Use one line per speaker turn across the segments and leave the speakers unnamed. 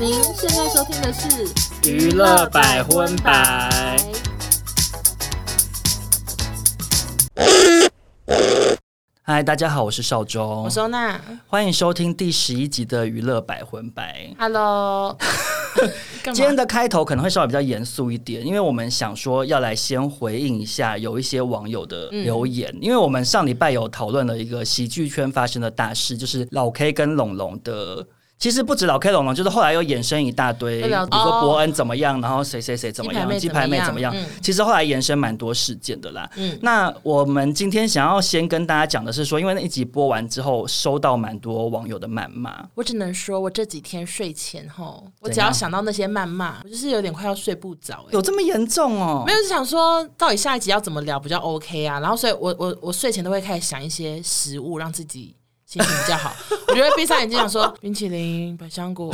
您现在收听的是《
娱乐百分百》。嗨，大家好，我是邵忠，
我收纳
欢迎收听第十一集的《娱乐百分百》。
，Hello，干
今天
嘛？
的开头可能会稍微比较严肃一点，因为我们想说要来先回应一下有一些网友的留言，
嗯
因为我们上礼拜有讨论了一个喜剧圈发生的大事，就是老 K 跟龙龙的。其实不止老 K 龙龙，就是后来又衍生一大堆，
又
比如
聊
说
哦
伯恩怎么样，然后谁谁谁怎么样，
鸡
鸡
排
排
妹
妹
怎
怎
么
么
样
样
嗯，
其实后来延伸蛮多事件的啦。
嗯
那我们今天想要先跟大家讲的是说，因为那一集播完之后，收到蛮多网友的谩骂，
我只能说，我这几天睡前吼，我只
怎
要
样
想到那些谩骂，我就是有点快要睡不着、欸。
有这么严重哦
没？有就想说，到底下一集要怎么聊比较 OK 啊？然后，所以我我我睡前都会开始想一些食物，让自己心情比较 好。我就会闭上眼睛想说，冰淇淋、百香果、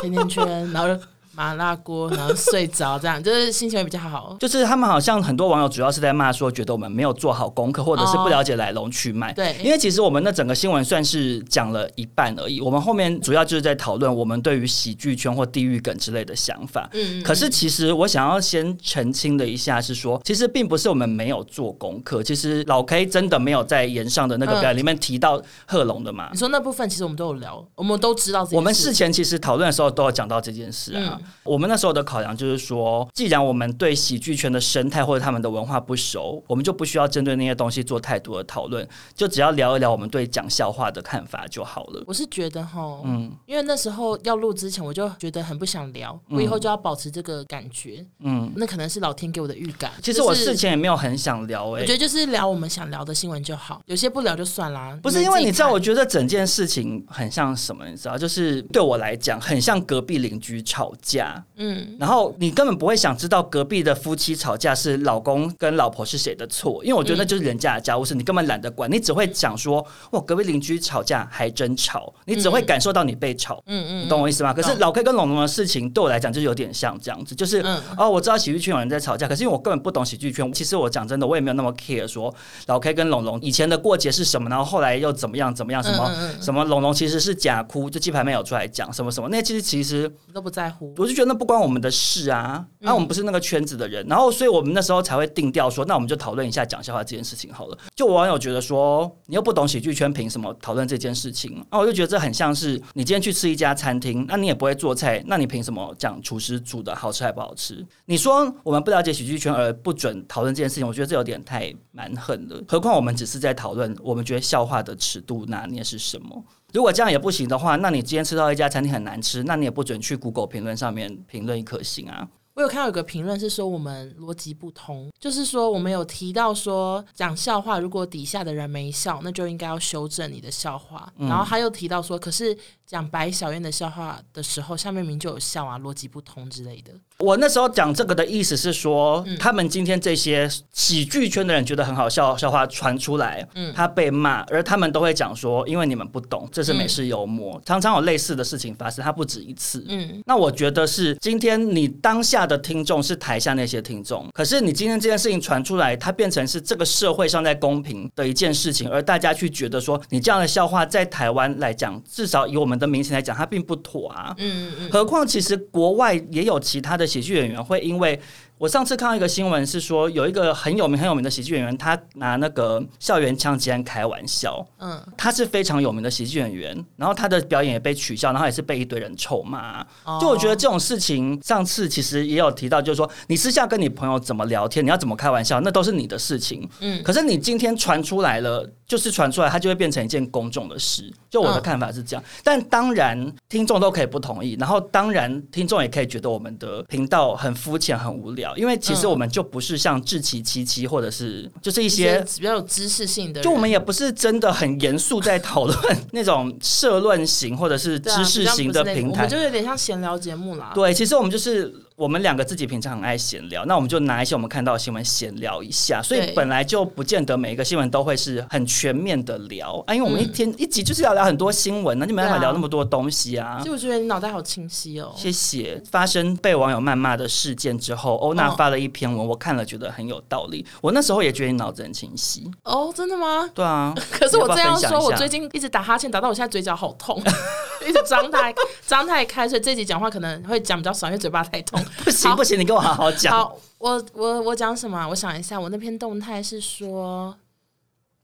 甜甜圈，然后就麻辣锅，然后睡着，这样就是心情会比较好。
就是他们好像很多网友主要是在骂说，觉得我们没有做好功课，或者是
哦
不了解来龙去脉。
对
因为其实我们那整个新闻算是讲了一半而已，我们后面主要就是在讨论我们对于喜剧圈或地域梗之类的想法。
嗯，
可是，其实我想要先澄清的一下是说，其实并不是我们没有做功课，其实老 K 真的没有在演上的那个
嗯
表演里面提到贺龙的嘛
你。说那部分其实我们都有聊，我们都知道这件事，嗯
我们事前其实讨论的时候都有讲到这件事啊。我们那时候的考量就是说，既然我们对喜剧圈的生态或者他们的文化不熟，我们就不需要针对那些东西做太多的讨论，就只要聊一聊我们对讲笑话的看法就好了。
我是觉得哈，嗯，因为那时候要录之前，我就觉得很不想聊，我以
嗯
后就要保持这个感觉，嗯，那可能是老天给我的预感。
其实我
就是
事前也没有很想聊、欸，
我觉得就是聊我们想聊的新闻就好，有些不聊就算啦。
不是因为你知道，我
们
觉得整件事情很像什么，你知道，就是对我来讲，很像隔壁邻居吵架。
自己看，嗯，
然后你根本不会想知道隔壁的夫妻吵架是老公跟老婆是谁的错，因为我觉得那就是人家的家务事，你根本懒得管，你只会想说哇，隔壁邻居吵架还真吵，你只会感受到你被吵。
嗯
你懂我意思吗？可是
懂
老 K 跟龙龙的事情对我来讲就是有点像这样子，就是、
嗯
哦，我知道喜剧圈有人在吵架，可是因为我根本不懂喜剧圈，其实我讲真的，我也没有那么 care 说老 K 跟龙龙以前的过节是什么，然后后来又怎么样怎么样，什么、
嗯嗯
什么龙龙其实是假哭，就鸡排妹有出来讲什么什么，那其实其实
嗯，都不在乎。
我就觉得那不关我们的事啊，啊，我们不是那个圈子的人，然后所以我们那时候才会定调说，那我们就讨论一下讲笑话这件事情好了。就网友觉得说，你又不懂喜剧圈，凭什么讨论这件事情？啊，我就觉得这很像是你今天去吃一家餐厅，那你也不会做菜，那你凭什么讲厨师煮的好吃还不好吃？你说我们不了解喜剧圈而不准讨论这件事情，我觉得这有点太蛮横了。何况我们只是在讨论我们觉得笑话的尺度拿捏是什么。如果这样也不行的话，那你今天吃到一家餐厅很难吃，那你也不准去 Google 评论上面评论一颗星啊。
我有看到有个评论是说我们逻辑不通，就是说我们有提到说讲笑话，如果底下的人没笑，那就应该要修正你的笑话。
嗯
然后他又提到说，可是讲白小燕的笑话的时候，下面明明就有笑啊，逻辑不通之类的。
我那时候讲这个的意思是说，他们今天这些喜剧圈的人觉得很好笑笑话传出来，他被骂，而他们都会讲说，因为你们不懂，这是美式幽默，常常有类似的事情发生，它不止一次。
嗯，
那我觉得是今天你当下的听众是台下那些听众，可是你今天这件事情传出来，它变成是这个社会上在公平的一件事情，而大家去觉得说你这样的笑话在台湾来讲，至少以我们的民情来讲，它并不妥啊。
嗯嗯
何况，其实国外也有其他的喜剧演员会因为。我上次看到一个新闻是说，有一个很有名很有名的喜剧演员，他拿那个校园枪击案开玩笑。
嗯，
他是非常有名的喜剧演员，然后他的表演也被取消，然后也是被一堆人臭骂。
哦
就我觉得这种事情，上次其实也有提到，就是说你私下跟你朋友怎么聊天，你要怎么开玩笑，那都是你的事情。
嗯
嗯，可是你今天传出来了，就是传出来，它就会变成一件公众的事。就我的
嗯
看法是这样，但当然听众都可以不同意，然后当然听众也可以觉得我们的频道很肤浅、很无聊，因为其实
嗯
我们就不是像志奇、七七或者是就是一
一
些
些比较有知识性的人，
就我们也不是真的很严肃在讨论 那种社论型或者是
对啊
知识型的平
比较不是那种我
台
们。就有点像闲聊节目啦。
对，其实我们就是我们两个自己平常很爱闲聊，那我们就拿一些我们看到的新闻闲聊一下，所以
对
本来就不见得每一个新闻都会是很全面的聊啊，因为我们一天、一集就是要聊很多新闻那就没办法
嗯对啊
聊那么多东西啊。
就我觉得你脑袋好清晰哦。
谢谢。发生被网友谩骂的事件之后，欧娜
哦
发了一篇文，我看了觉得很有道理。我那时候也觉得你脑子很清晰，
哦，真的吗？
对啊。
可是我
你
这
要不要
样
分享
说，
一
我
下
最近一直打哈欠，打到我现在嘴角好痛， 一直张太张太开，所以这集讲话可能会讲比较少，因为嘴巴太痛。
不行不行，你跟我好好 讲。
好，我我我讲什么啊、我想一下，我那篇动态是说，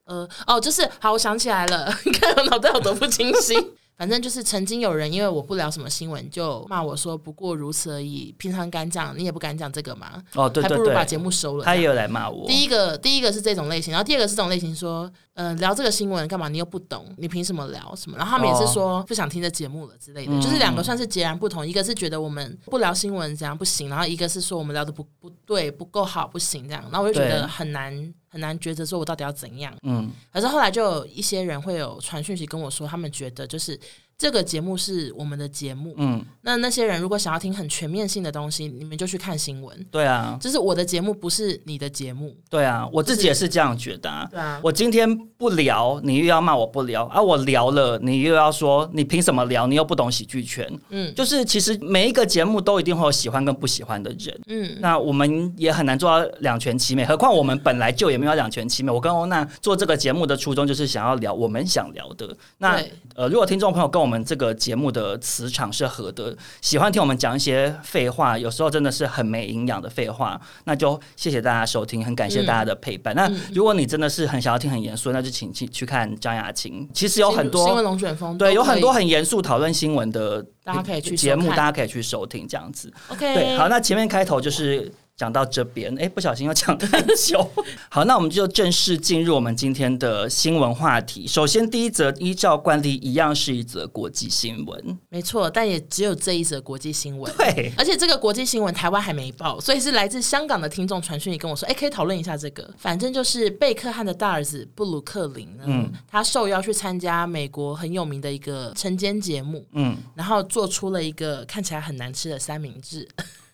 呃，哦，就是好，我想起来了， 你看我脑袋有多不清 晰。反正就是曾经有人因为我不聊什么新闻，就骂我说不过如此而已，平常敢讲你也不敢讲这个嘛，
哦，对
还
对
不如把
对，
节目收了。
他也有来骂我。
第一个，第一个是这种类型，然后第二个是这种类型说，呃，聊这个新闻干嘛？你又不懂，你凭什么聊什么？然后他们也是说、不想听这节目了之类的，就是两个算是截然不同，一个是觉得我们不聊新闻怎样不行，然后一个是说我们聊的不不对，不够好不行这样，然后我就觉
对
得很难很难抉择，说我到底要怎样。
嗯，
可是后来就有一些人会有传讯息跟我说，他们觉得就是这个节目是我们的节目，
嗯，
那那些人如果想要听很全面性的东西，你们就去看新闻。
对啊，
就是我的节目不是你的节目，
对啊，我自己也是这样觉得、啊。
对啊，
我今天不聊，你又要骂我不聊啊！我聊了，你又要说你凭什么聊？你又不懂喜剧圈。
嗯
就是其实每一个节目都一定会有喜欢跟不喜欢的人，
嗯，
那我们也很难做到两全其美。何况我们本来就也没有两全其美。我跟欧娜做这个节目的初衷就是想要聊我们想聊的。那
对
呃，如果听众朋友跟我们这个节目的磁场是合的，喜欢听我们讲一些废话，有时候真的是很没营养的废话，那就谢谢大家收听，很感谢
嗯
大家的陪伴。那如果你真的是很想要听很严肃，那就请去去看张雅琴。其实有很多
新闻龙卷风都可以，
对，有很多很严肃讨论新闻的
大家可以去
节目，
收
大
看
家可以去收听这样子。
OK。
对，好，那前面开头就是讲到这边，哎，不小心又讲太 久。好，那我们就正式进入我们今天的新闻话题。首先，第一则依照惯例一样是一则国际新闻。
没错，但也只有这一则国际新闻。
对，
而且这个国际新闻台湾还没报，所以是来自香港的听众传讯你跟我说，哎、可以讨论一下这个。反正就是贝克汉的大儿子布鲁克林呢，
嗯
他受邀去参加美国很有名的一个晨间节目，
嗯，
然后做出了一个看起来很难吃的三明治。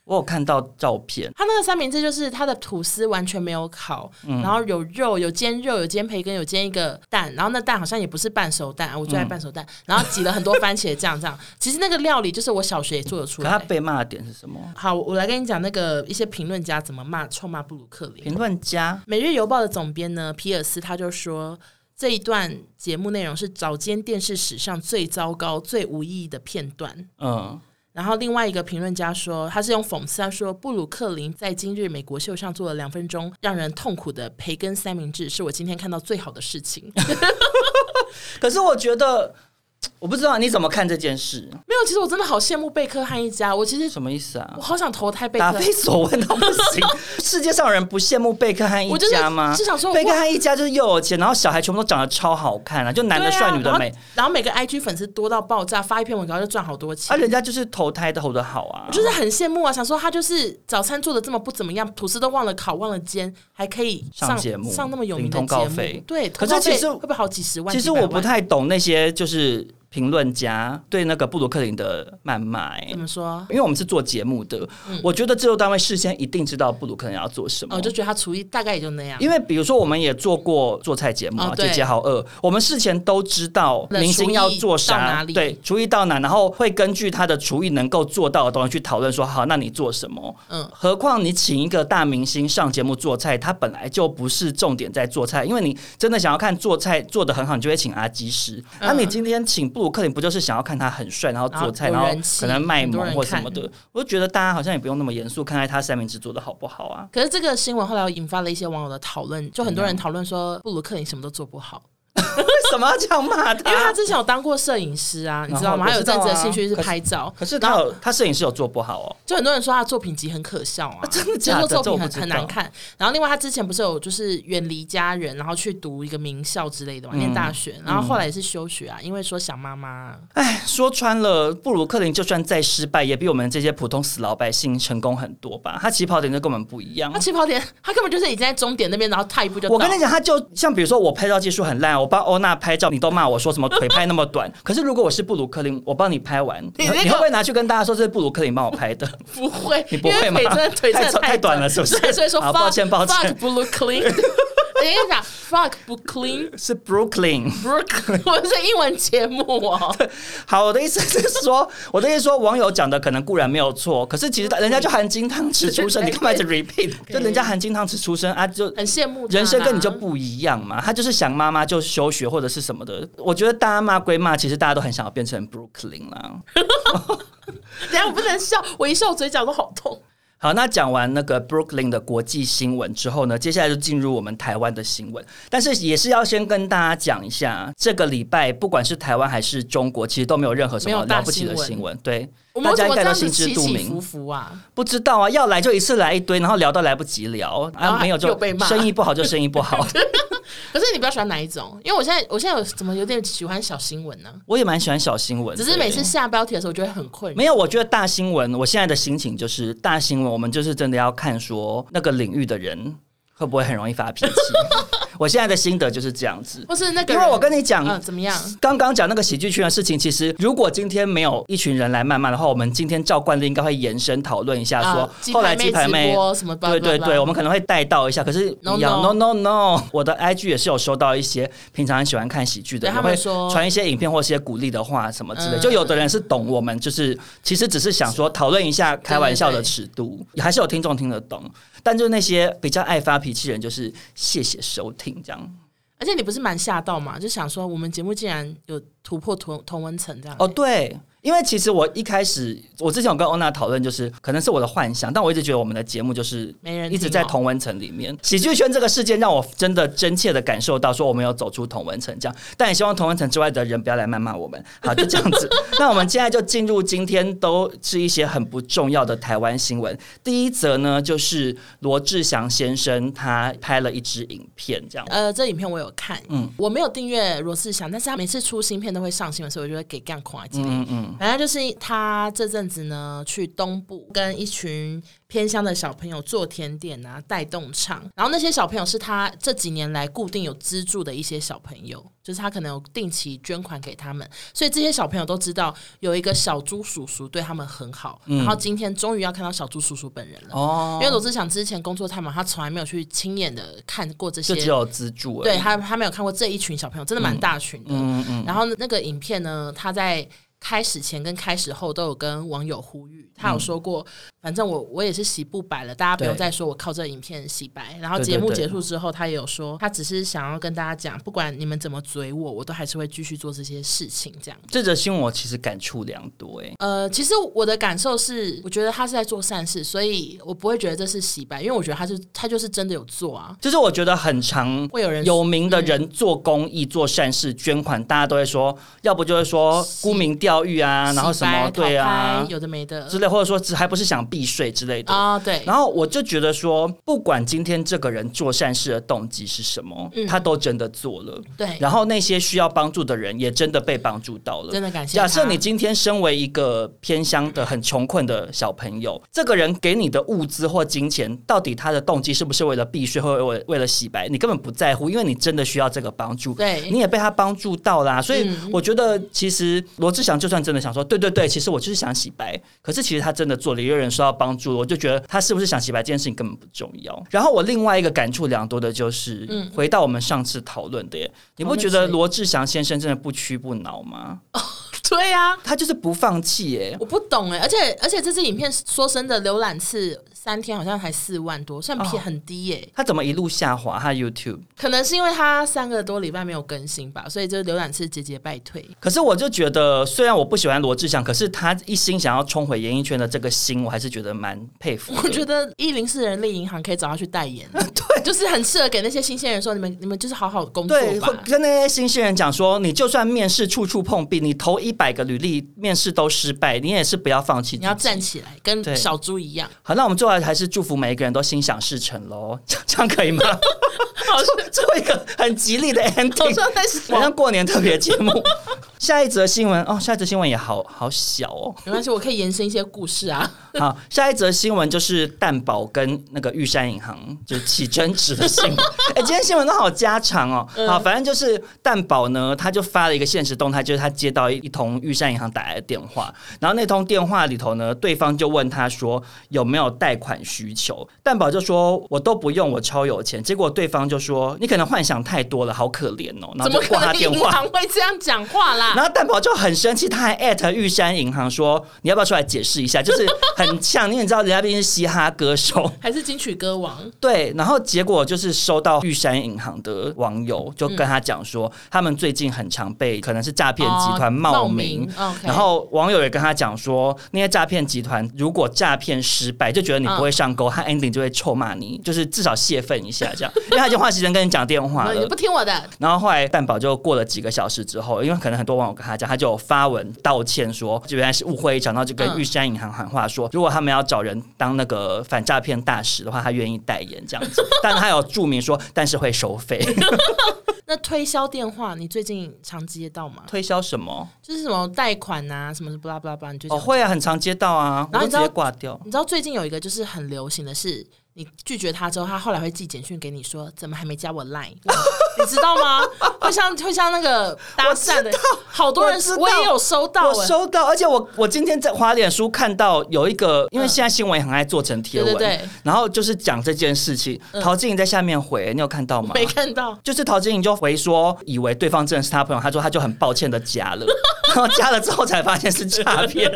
我有看到照片，
他那个三明治就是他的吐司完全没有烤，然后有肉，有煎肉，有煎培根，有煎一个蛋，然后那蛋好像也不是半熟蛋，啊我最爱半熟蛋，然后挤了很多番茄酱这样。 其实那个料理就是我小学也做得出
可他
来。
被骂的点是什么？
好，我来跟你讲那个一些评论家怎么骂臭骂布鲁克林。
评论家，
每日邮报的总编呢，皮尔斯他就说。这一段节目内容是早间电视史上最糟糕、最无意义的片段。
嗯，
然后另外一个评论家说，他是用讽刺，他说布鲁克林在今日美国秀上做了两分钟让人痛苦的培根三明治，是我今天看到最好的事情。
可是我觉得，我不知道你怎么看这件事，
没有，其实我真的好羡慕贝克汉一家，我其实
什么意思啊
我？好想投胎贝
答
克。
非所问到不 行。世界上有人不羡慕贝克汉一
我就是
家吗？
是想说
贝克汉一家就是又有钱，然后小孩全部都长得超好看啊，就男的
对啊
帅，女的美
然后，然后每个 IG 粉丝多到爆炸，发一篇文稿就赚好多
啊，
钱。
人家就是投胎投的好啊
我。就是很羡慕啊，想说他就是早餐做的这么不怎么样，吐司都忘了烤，忘了煎，还可以
上节目
上那么有名
领
的
通
节
告
目
费，
对。
可是
通告费
其实
会不会好几十万？
其实
几百
我
万
不太懂那些就是评论家对那个布鲁克林的谩骂、欸
怎么说，
因为我们是做节目的，
嗯
我觉得制作单位事先一定知道布鲁克林要做什么。
哦，就觉得他厨艺大概也就那样。
因为比如说，我们也做过做菜节目啊，
哦
姐
对
姐好饿》，我们事前都知道
那
明星要做
厨艺到
啥
哪，里
对，厨艺到哪，然后会根据他的厨艺能够做到的东西去讨论说，好，那你做什么？
嗯
何况你请一个大明星上节目做菜，他本来就不是重点在做菜，因为你真的想要看做菜做的很好，你就会请阿基师。那、
嗯
你今天请布鲁克林，不就是想要看他很帅，然后做菜，
然
然
后有
后
人气
可能卖
很多
萌
人
或什
看
么的？我就觉得大家好像也不用那么严肃看待他三明治做的好不好啊。
可是这个新闻后来引发了一些网友的讨论，就很多人讨论说布鲁克林什么都做不好，
为什么要这样 骂
因为他之前有当过摄影师啊，你知道吗？
我
他
嗯知道啊
有一阵子的兴趣是拍照，
可是他有他摄影师有做不好哦，
就很多人说他的作品集很可笑啊，
真
就
的
是
假的
说作
这
品
我不
很
知道
很难看。然后另外他之前不是有就是远离家人，然后去读一个名校之类的
嗯
嘛，念大学，然后后来也是休学啊，因为说想妈啊妈。
哎，说穿了，布鲁克林就算再失败，也比我们这些普通死老百姓成功很多吧？他起跑点就跟我们不一样
他。起跑点， 他根本就是已经在终点那边，然后踏一步就到。
我跟你讲，他就像比如说我拍照技术很烂，我帮欧娜拍照，你都骂我说什么腿拍那么 短。可是如果我是布鲁克林，我帮你拍完，你
你那个
你会不会拿去跟大家说这是布鲁克林帮我拍的？
不会，
你不会吗
因为腿真的腿真的
太太短了是不是
对所以说
好
fuck,
抱歉抱歉
fuck Brooklyn，等一下，fuck Brooklyn
是 Brooklyn。
Brook，我们是英文节目哦。
好，我的意思是说，我的意思是说，网友讲的可能固然没有错，可是其实人家就含金汤匙出生，你干嘛一直 repeat？就人家含金汤匙出生啊，就
很羡慕他啦
人生跟你就不一样
嗯
嘛。他就是想妈妈就休学或者是什么的。我觉得大家骂归骂，其实大家都很想要变成 Brooklyn 啦。
等一下我不能笑，我一笑我嘴角都好痛。
好，那讲完那个 Brooklyn 的国际新闻之后呢，接下来就进入我们台湾的新闻。但是也是要先跟大家讲一下，这个礼拜不管是台湾还是中国，其实都没有任何什
没有
么
大
了不起的
新闻
新闻。对，
我们
大
怎
家
么这
应该都
样子
心知
起
肚
起
明
伏。伏啊？
不知道啊，要来就一次来一堆，然后聊到来不及聊，
然后
啊，没有
又
就
被骂
生意不好就生意不好。
可是你比较喜欢哪一种？因为我现在我现在有怎么有点喜欢小新闻呢、
我也蛮喜欢小新闻的，
只是每次下标题的时候，我就会很困扰。
哎没有，我觉得大新闻，我现在的心情就是大新闻，我们就是真的要看说那个领域的人会不会很容易发 脾气。我现在的心得就是这样子，
或是那个
因
人，
为我跟你讲。
嗯、怎么样？
刚刚讲那个喜剧圈的事情，其实如果今天没有一群人来谩骂的话，我们今天照惯例应该会延伸讨论一下说，
啊鸡
后来
排
鸡排
直
妹
播什么？
对对对，我们可能会带到一下，可是
No,
一样
no
no no no，我的 IG 也是有收到一些平常很喜欢看喜剧
对
的
他
人
们
会
说
传一些影片或一些鼓励的话什么之类，
嗯
就有的人是懂我们，就是其实只是想说讨论一下开玩笑的尺度，还是有听众听得懂，但就是那些比较爱发脾气的人，就是谢谢收听这样。
而且你不是蛮吓到嘛？就想说我们节目竟然有突破同同温层这样、
哦，对。因为其实我一开始，我之前有跟欧娜讨论，就是可能是我的幻想，但我一直觉得我们的节目就是
没人
一直
听
在
哦
同文层里面。喜剧圈这个事件让我真的真切的感受到，说我们有走出同文层 这样，但也希望同文层之外的人不要来谩骂我们。好，就这样 子。那我们现在就进入今天都是一些很不重要的台湾新闻。第一则呢，就是罗志祥先生他拍了一支影片，这样。
呃，这影片我有看，
嗯
我没有订阅罗志祥，但是他每次出新片都会上新闻，所以我就会给干狂几
嗯嗯
反正就是他这阵子呢，去东部跟一群偏乡的小朋友做甜点啊，带动唱。然后那些小朋友是他这几年来固定有资助的一些小朋友，就是他可能有定期捐款给他们，所以这些小朋友都知道有一个小猪叔叔对他们很好。然后今天终于要看到小猪叔叔本人了，
嗯，哦，
因为罗志祥之前工作太忙，他从来没有去亲眼的看过这些
就只有资助而已。
对他，他没有看过这一群小朋友，真的蛮大群的。
嗯嗯。
然后呢那个影片呢，他在开始前跟开始后都有跟网友呼吁，他有说过，反正我我也是洗不白了，大家不
嗯对
用再说我靠这影片洗白。然后
对对
节目
对
结束之后，他也有说，他只是想要跟大家讲，不管你们怎么嘴我，我都还是会继续做这些事情，这样。
这则新闻我其实感触良多哎、
呃，其实我的感受是，我觉得他是在做善事，所以我不会觉得这是洗白，因为我觉得他是他就是真的有做啊。
就是我觉得很常
会有人嗯
有名的人做公益、做善事、捐款，大家都会说，要不就是说沽名钓誉啊，然后
洗
什
白
么对
讨
啊
拍有的没的
之类，或者说只还不是想避税之类的。
啊，对，
然后我就觉得说，不管今天这个人做善事的动机是什么，
嗯
他都真的做了。
对，
然后那些需要帮助的人也真的被帮助到了。
真的感谢他。
假设你 今天身为一个偏乡的很穷困的小朋友，这个人给你的物资或金钱，到底他的动机是不是为了避税或为为了洗白？你根本不在乎，因为你真的需要这个帮助。
对
你也被他帮助到啦，所以
嗯
我觉得其实罗志祥就算真的想说，对对对，其实我就是想洗白，可是其实他真的做了，也有人说要帮助了，我就觉得他是不是想洗白这件事情根本不重要。然后我另外一个感触良多的就是，
嗯
回到我们上次讨论的耶，你不
讨论
觉得
谁
罗志祥先生真的不屈不挠吗？
对呀、
他就是不放弃耶、
我不懂哎、而且而且这支影片说真的浏览次三天好像才四万多，算偏
哦
很低耶、
他怎么一路下滑？他 YouTube，
可能是因为它三个多礼拜没有更新吧，所以就浏览次节节败退。
可是我就觉得，虽然我不喜欢罗志祥，可是他一心想要冲回演艺圈的这个心，我还是觉得蛮佩服的。
我觉得一零四人力银行可以找他去代 言，对，就是很适合给那些新鲜人说，你们你们就是好好工作
对，会
吧。
跟那些新鲜人讲说，你就算面试处处碰壁，你投一百个履历，面试都失败，你也是不要放弃。
你要站。起来，跟
对
小猪一 样。
好，那我们最后还是祝福每一个人都心想事成喽，这 样这样可以吗？
好像
最后一个很吉利的
好像
ending，
在
好像
说，
过年特别节目。下一则新闻哦，下一则新闻也好好小哦。
没关系，我可以延伸一些故事啊。
好，下一则新闻就是蛋宝跟那个玉山银行就是起争执 的新闻。哎、今天新闻都好家常哦。
嗯
好，反正就是蛋宝呢，他就发了一个现实动态，就是他接到一一通玉山银行打来的电话，然后那通电话里头呢，对方就问他说有没有贷款需求，蛋宝就说我都不用，我超有钱。结果对。对方就说：“你可能幻想太多了，好可怜哦。”然后
怎么
就
可
挂他
能
电
银
话。
行会这样讲话啦？
然后蛋宝就很生气，他还艾特玉山银行说：“你要不要出来解释一下？”就是很像，你也知道人家毕竟是嘻哈歌手，
还是金曲歌王？
对，然后结果就是收到玉山银行的网友就跟他讲说，他们最近很常被可能是诈骗集团
冒
哦冒名。
，OK
然后网友也跟他讲说，那些诈骗集团如果诈骗失败，就觉得你不会上钩，他 ending 就会臭骂你，就是至少泄愤一下这样，因为他已经花时间跟你讲电话
那你
了
不。听我的，
然后后来蛋宝就过了几个小时之后，因为可能很多网友跟他讲，他就有发文道歉说，原来是误会一场，然后就跟
嗯
玉山银行喊话说，如果他们要找人当那个反诈骗大使的话，他愿意代言这样子，但他有注明说，但是会收费。
那推销电话你最近常接到吗？
推销什么？
就是什么贷款啊，什么巴拉巴拉巴拉，你最近
哦，会啊，很常接到啊，我
然后你
就直
知道
接挂掉。
你知道最近有一个就是很流行的是，你拒绝他之后，他后来会寄简讯给你说怎么还没加我 Line，你 知道吗？会像会像那个搭讪的，好多人
我知
是
道
我也有收到、
我
欸，
收到，而且我我今天在滑脸书看到有一个，因为
嗯
现在新闻也很爱做成贴文，
对对对
然后就是讲这件事情，陶晶莹在下面回，你有看到吗？
没看到。
就是陶晶莹就回说，以为对方真的是他朋友，他说他就很抱歉的加了，然后加了之后才发现是诈骗。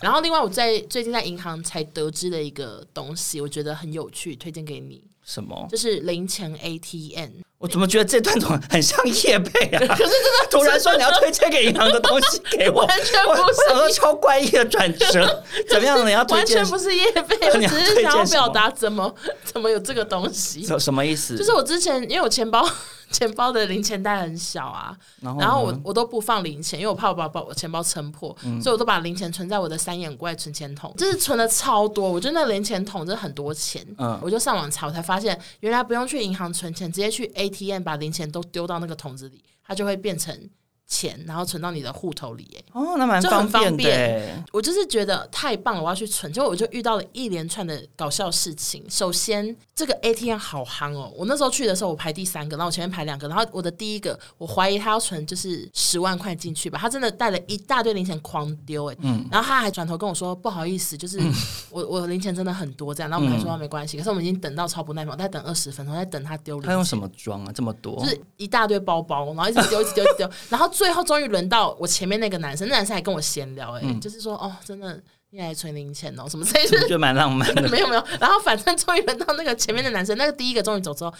然后另外我在最近在银行才得知的一个东西，我觉得很有趣，推荐给你，
什么？
就是零钱 ATM。
我怎么觉得这段怎么很像叶贝啊？
可是真的
突然说你要推荐给银行的东西给我，
完全
我
不是
我说超怪异的转折，怎么样？你要推
完
荐
全不是业费，我
你
只
要
是想
推
要
荐什么
表达怎么怎么有这个东西。
什什么意思？
就是我之前因为我钱包钱包的零钱袋很小啊，
然
然
后
后
呢嗯
我我都不放零钱，因为我怕我把把我钱包撑破，所以我都把零钱存在我的三眼怪存钱筒，就是存了超多。我觉得那零钱筒真的很多钱，
嗯
我就上网查，我才发现原来不用去银行存钱，直接去 ATM 把零钱都丢到那个桶子里，它就会变成钱，然后存到你的户头里、耶。
哦，那蛮
就很方
便的
便
欸。
我就是觉得太棒了，我要去存。结果我就遇到了一连串的搞笑事情。首先，这个 ATM 好夯哦！我那时候去的时候，我排第三个，然后我前面排两个，然后我的第一个，我怀疑他要存就是十万块进去吧，他真的带了一大堆零钱狂丢哎、
嗯
然后他还转头跟我说不好意思，就是我我零钱真的很多这样，然后我们还
嗯
说没关系，可是我们已经等到超不耐烦，我再等二十分钟，再等他丢零
他
钱
用。什么装啊？这么多？
就是一大堆包包，然后一直丢，一直丢，一直丢，然后最后终于轮到我前面那个男生，那男生还跟我闲聊、欸，哎、
嗯
就是说哦，真的你来存零钱哦，什么之类的，
觉得蛮浪漫的。
没有没有，然后反正终于轮到那个前面的男生，那个第一个终于走之后，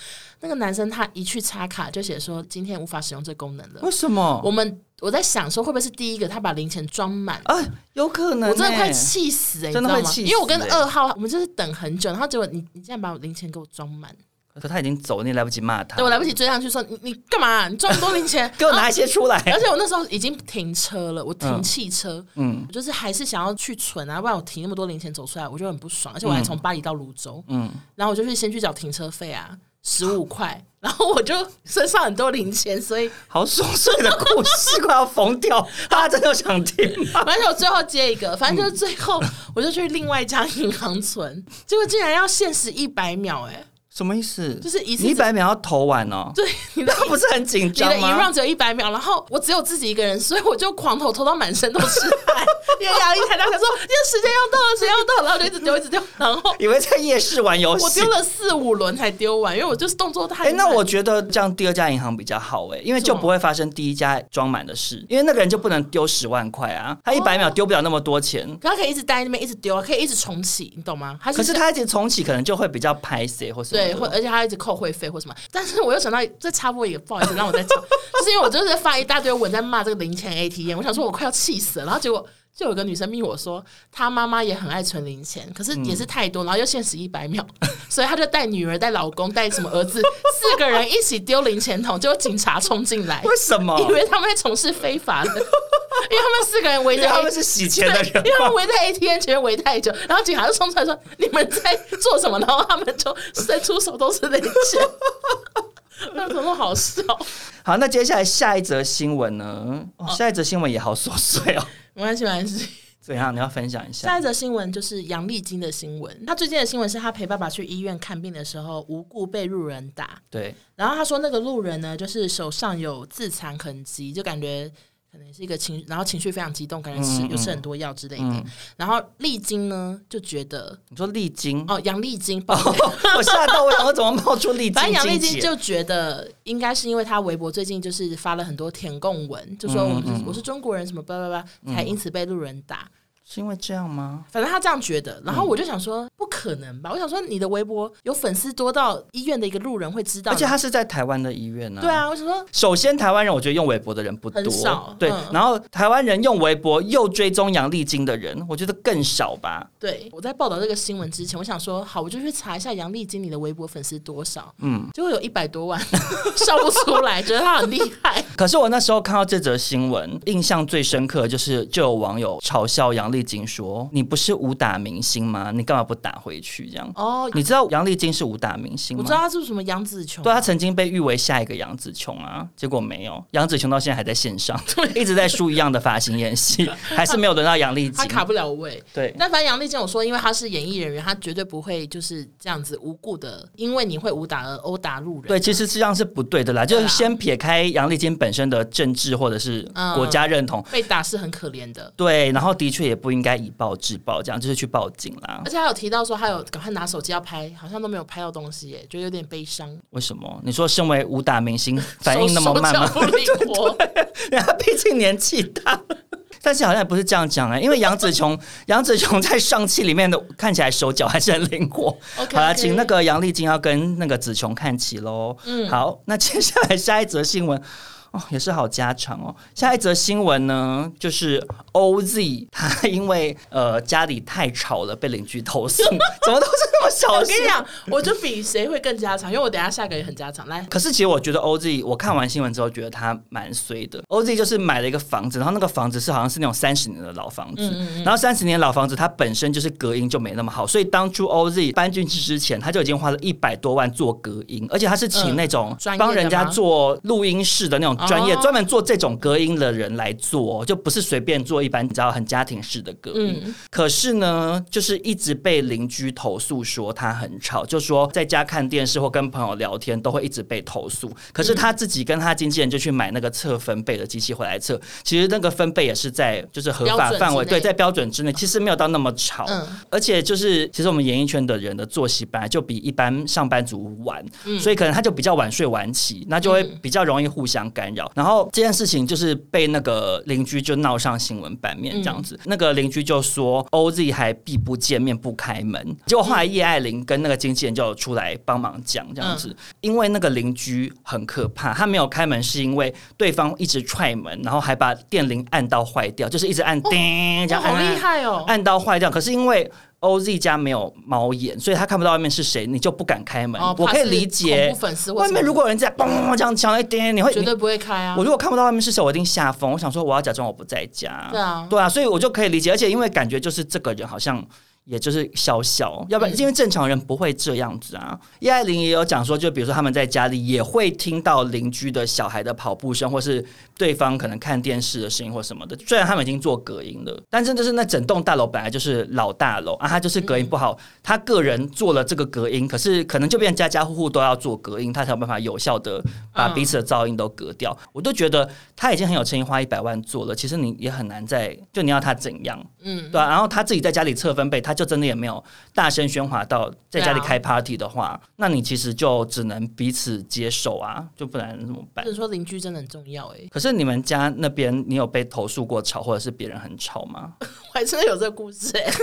那个男生他一去插卡就写说今天无法使用这功能了，
为什么？
我们。我在想说，会不会是第一个他把零钱装满，
啊，有可能欸、
我真的快气死哎、欸，你
真
知
的
道
会
吗？
气
因为我跟
死欸
二号，我们就是等很久，然后结果你你竟然把我零钱给我装满，
可他已经走，你也来不及骂他。，
对我来不及追上去说你你干嘛、啊你装那么多零钱
给我拿一些出来。
而且我那时候已经停车了，我停
嗯
汽车，
嗯
我就是还是想要去存啊，不然我停那么多零钱走出来，我就很不爽。而且我还从巴黎到泸州，
嗯，
然后我就去先去缴停车费啊，十五块， 然后我就身上很多零钱，所以
好琐碎的故事，快要疯掉， 大家真的想听吗？
而且我最后接一个，反正就是最后
嗯
我就去另外一家银行存，结果竟然要限时一百秒、哎，
什么意思？
就是一次
你一百秒要投完哦，
对，你的
他不是很紧
你的
张
一
吗
round？只有一百秒，然后我只有自己一个人，所以我就狂投，投到满身都是 汗，因为压力太大，想说今天时间要到了，时间要到了，然后就一直丢，一直丢，然后
以为在夜市玩游
我
戏
丢。了四五轮才丢完，因为我就是动作太
哎、
慢。
那我觉得这样第二家银行比较好哎、因为
什
就
么
不会发生第一家装满的事，因为那个人就不能丢十万块啊，他一百秒丢不了那么多钱，
可他可以一直待在那边，一直丢啊，可以一直重启，你懂吗？他
可是他一直重启，可能就会比较拍谁或什么的。
对，或而且他一直扣会费或什么。但是我又想到，这插播一个，不好意思，让我再插， 就是因为我就是发一大堆文在骂这个零钱 ATM，我想说我快要气死了，然后结果。就有个女生密我说，她妈妈也很爱存零钱，可是也是太
嗯
多，然后又限时一百秒， 所以她就带女儿、带老公、带什么儿子， 四个人一起丢零钱桶，结果警察冲进来，
为什么？
以为他们在从事非法的，因为 他们四个人围
因
着
为他
A
们是洗钱的人
因为他
吧
们围在 ATM 前面围太久，然后警察就冲出来说：“你们在做什么？”然后他们就伸出手都是零钱， 那怎么好笑？
好，那接下来下一则新闻呢？哦、下一则新闻也好琐碎哦。
没关系，没关系。
怎样？你要分享一下？
下一则新闻就是杨丽菁的新闻。她最近的新闻是她陪爸爸去医院看病的时候，无故被路人打。
对，
然后她说那个路人呢，就是手上有自残痕迹，就感觉可能是一个情，然后情绪非常激动，感觉吃
嗯嗯
有吃很多药之类的
嗯。
然后丽晶呢，就觉得
你说丽晶，
哦，杨丽晶，
哦
抱歉，
我吓到我，想我怎么冒出丽晶
反正
晶
杨
姐？
丽晶就觉得应该是因为她微博最近就是发了很多填供文，就说我们是、
嗯嗯嗯嗯
我是中国人什么叭叭叭，才因此被路人打。
是因为这样吗？
反正她这样觉得，然后我就想说不可能吧，我想说你的微博有粉丝多到医院的一个路人会知道
而
你，
且他是在台湾的医院呢、
对。啊，我想说
首先，台湾人我觉得用微博的人不多，
很少
对。
嗯
然后台湾人用微博又追踪杨丽晶的人，我觉得更少吧。
对，我在报道这个新闻之前，我想说好，我就去查一下杨丽经理的微博粉丝多少，
嗯，
结果有一百多万， 笑不出来，觉得她很厉害。
可是我那时候看到这则新闻，印象最深刻的就是就有网友嘲笑杨丽晶说：“你不是武打明星吗？你干嘛不打回去？”这样，
哦，
你知道杨丽晶是武打明星
我
吗
知？道她是什么杨紫琼，
对啊他曾经被誉为下一个杨紫琼啊，结果没有，杨紫琼到现在还在线上， 一直在梳一样的发型 演戏，还是没有轮到杨丽
她
晶。
卡不了位。
对，
但反正杨丽经有说，因为她是演艺人员，她绝对不会就是这样子无故的，因为你会武打而殴打路人。
对，其实这样是不对的啦，就
对
是
啊
先撇开杨丽晶本身的政治或者是
嗯
国家认同，
被打是很可怜的。
对，然后的确也不应该以暴制暴，这样就是去报警啦
而。且还有提到说，还有赶快拿手机要拍，好像都没有拍到东西耶，觉得有点悲伤，
为什么？你说身为武打明星反应那么
手
慢吗
手脚？不灵活。
人家 毕竟年纪大。但是好像也不是这样讲哎、因为杨紫琼， 杨紫琼在上期里面的看起来手脚还是很灵活。
OK，
好了，
OK
请那个杨丽菁要跟那个紫琼看齐喽。嗯，好，那接下来下一则新闻。哦，也是好家常哦。下一则新闻呢，就是 OZ 他因为呃家里太吵了，被邻居投诉，怎么都是那么小
哎我
事
跟。你讲，我就比谁会更加长，因为我等一下下个也很加长。来，
可是其实我觉得 OZ，我看完新闻之后觉得他蛮衰的。OZ 就是买了一个房子，然后那个房子是好像是那种三十年的老房
嗯
子，然后三十年老房子它本身就是隔音就没那么好，所以当初 OZ 搬进去之前，他就已经花了一百多万做隔音，而且他是请那种
呃专业的吗
帮人家做录音室的那种专业，
哦
专门做这种隔音的人来做，就不是随便做一般你知道很家庭式的隔音。
嗯，
可是呢，就是一直被邻居投诉说他很吵，就说在家看电视或跟朋友聊天都会一直被投诉。可是他自己跟他经纪人就去买那个测分贝的机器回来测，其实那个分贝也是在就是合法
标准之内
范围，对，在标准之内，其实没有到那么吵。
嗯
而且就是其实我们演艺圈的人的作息本来就比一般上班族晚，
嗯
所以可能他就比较晚睡晚起，那就会比较容易互相
嗯
干扰。然后这件事情就是被那个邻居就闹上新闻版
嗯
面这样子，那个邻居就说 OZ 还避不见面不开门，结果后来叶爱玲跟那个经纪人就有出来帮忙讲这样
嗯
子，因为那个邻居很可怕，他没有开门是因为对方一直踹门，然后还把电铃按到坏掉，就是一直按叮，这
哇，哦
样按
好
按按
厉害哦！
按到坏掉。可是因为 OZ 家没有猫眼，所以他看不到外面是谁，你就不敢开门。
哦
我
怕
可以
是
理
恐
解
怖，粉丝或
外
什么
面如果有人在嘣嘣嘣这样敲一点，你会
绝
你
对不会开啊
我。如果看不到外面是谁，我一定吓疯。我想说，我要假装我不在家。
对啊
对啊，所以我就可以理解。而且因为感觉就是这个人好像。也就是笑笑，要不
嗯
然因为正常人不会这样子啊。叶爱玲也有讲说，就比如说他们在家里也会听到邻居的小孩的跑步声，或是对方可能看电视的声音或什么的。虽然他们已经做隔音了，但是就是那整栋大楼本来就是老大楼啊，他就是隔音不好，他个人做了这个隔音，可是可能就变成家家户户都要做隔音，他才有办法有效的把
嗯
彼此的噪音都隔掉。我都觉得他已经很有诚意花一百万做了，其实你也很难再就你要他怎样，
嗯，
对、啊、然后他自己在家里测分贝，他就真的也没有大声喧哗到在家里
对啊
开 party 的话，那你其实就只能彼此接受啊，就不然怎么办
就？是说邻居真的很重要哎，
可是你们家那边，你有被投诉过吵，或者是别人很吵吗？
我还真的有这个故事哎。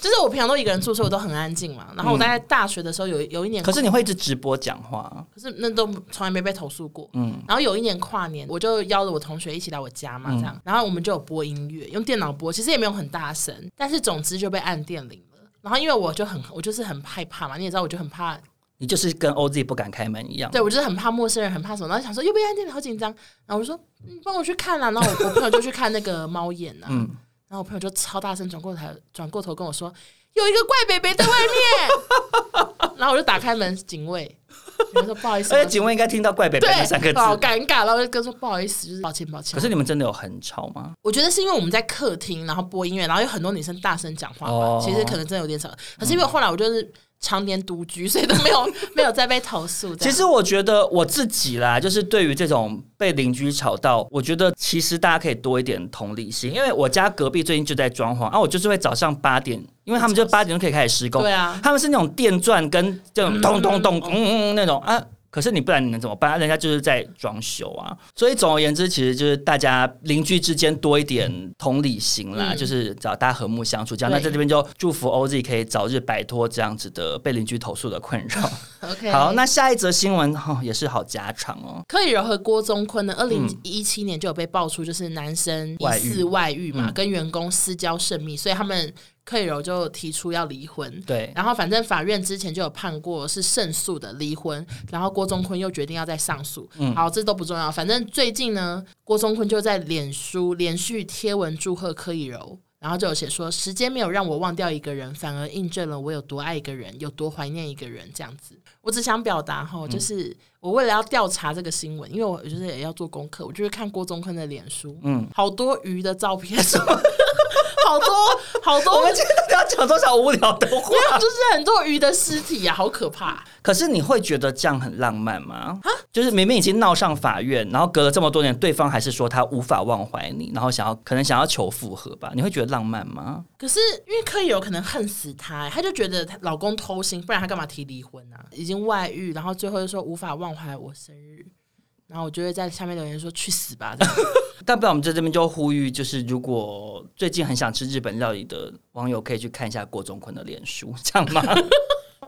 就是我平常都一个人住，所以我都很安静嘛。然后我大概大学的时候有有一年，
嗯可是你会一直直播讲话，
可是那都从来没被投诉过。嗯，然后有一年跨年，我就邀了我同学一起来我家嘛，
嗯
这样，然后我们就有播音乐，用电脑播，其实也没有很大声，但是总之就被按电铃了。然后因为我就很我就是很害怕嘛，你也知道，我就很怕，
你就是跟 OZ 不敢开门一样。
对我就是很怕陌生人，很怕什么，然后想说又被按电铃，好紧张。然后我就说你帮我去看啦、然后我我朋友就去看那个猫眼啊，
嗯
然后我朋友就超大声转过头转过头跟我说有一个怪北北在外面， 然后我就打开门，警卫，我说不好意思， 啊
而且哎警卫应该听到“怪北北”那三个
对，好
字。
尴尬，然后就跟说不好意思，就是抱歉抱歉。
可是你们真的有很吵吗？
我觉得是因为我们在客厅，然后播音乐，然后有很多女生大声讲话嘛，
哦嗯
其实可能真的有点吵。可是因为后来我就是常年独居，所以都没有没有再被投诉。这
其
样
实我觉得我自己啦，就是对于这种被邻居吵到，我觉得其实大家可以多一点同理心，因为我家隔壁最近就在装潢啊，我就是会早上八点，因为他们就八点就可以开始施工，
对啊，
他们是那种电钻跟这种咚咚咚
嗯
嗯嗯那种啊。可是你不然你能怎么办？啊人家就是在装修啊，所以总而言之，其实就是大家邻居之间多一点同理心啦，
嗯
就是找大家和睦相处这样。
对
那在这边就祝福 OZ 可以早日摆脱这样子的被邻居投诉的困扰。
OK，
好，那下一则新闻 哦，也是好家常哦。
柯以柔和郭宗坤呢，二零一七年就有被爆出就是男生疑似嗯外遇嘛，
嗯
跟员工私交甚密，所以他们柯以柔就提出要离婚。
对，
然后反正法院之前就有判过是胜诉的离婚，然后郭宗坤又决定要再上诉。
嗯
好，这都不重要，反正最近呢，郭宗坤就在脸书连续贴文祝贺柯以柔。然后就有写说，时间没有让我忘掉一个人，反而印证了我有多爱一个人，有多怀念一个人。这样子，我只想表达哈，
嗯
就是我为了要调查这个新闻，因为我就是也要做功课，我就是看郭宗坤的脸书，嗯，好多鱼的 照片，好多好多，
我们今天到底要讲多少无聊的话
没？有， 就是很多鱼的尸体啊，好可怕！
可是你会觉得这样很浪漫吗？就是明明已经闹上法院，然后隔了这么多年，对方还是说他无法忘怀你，然后想要可能想要求复合吧？你会觉得浪漫吗？
可是因为柯以柔可能恨死他、欸，她就觉得她老公偷腥，不然她干嘛提离婚啊？已经外遇，然后最后又说无法忘怀我生日，然后我就会在下面留言说去死吧！ 这样
但不然我们在这边就呼吁，就是如果最近很想吃日本料理的网友，可以去看一下郭宗坤的脸书，这样吗？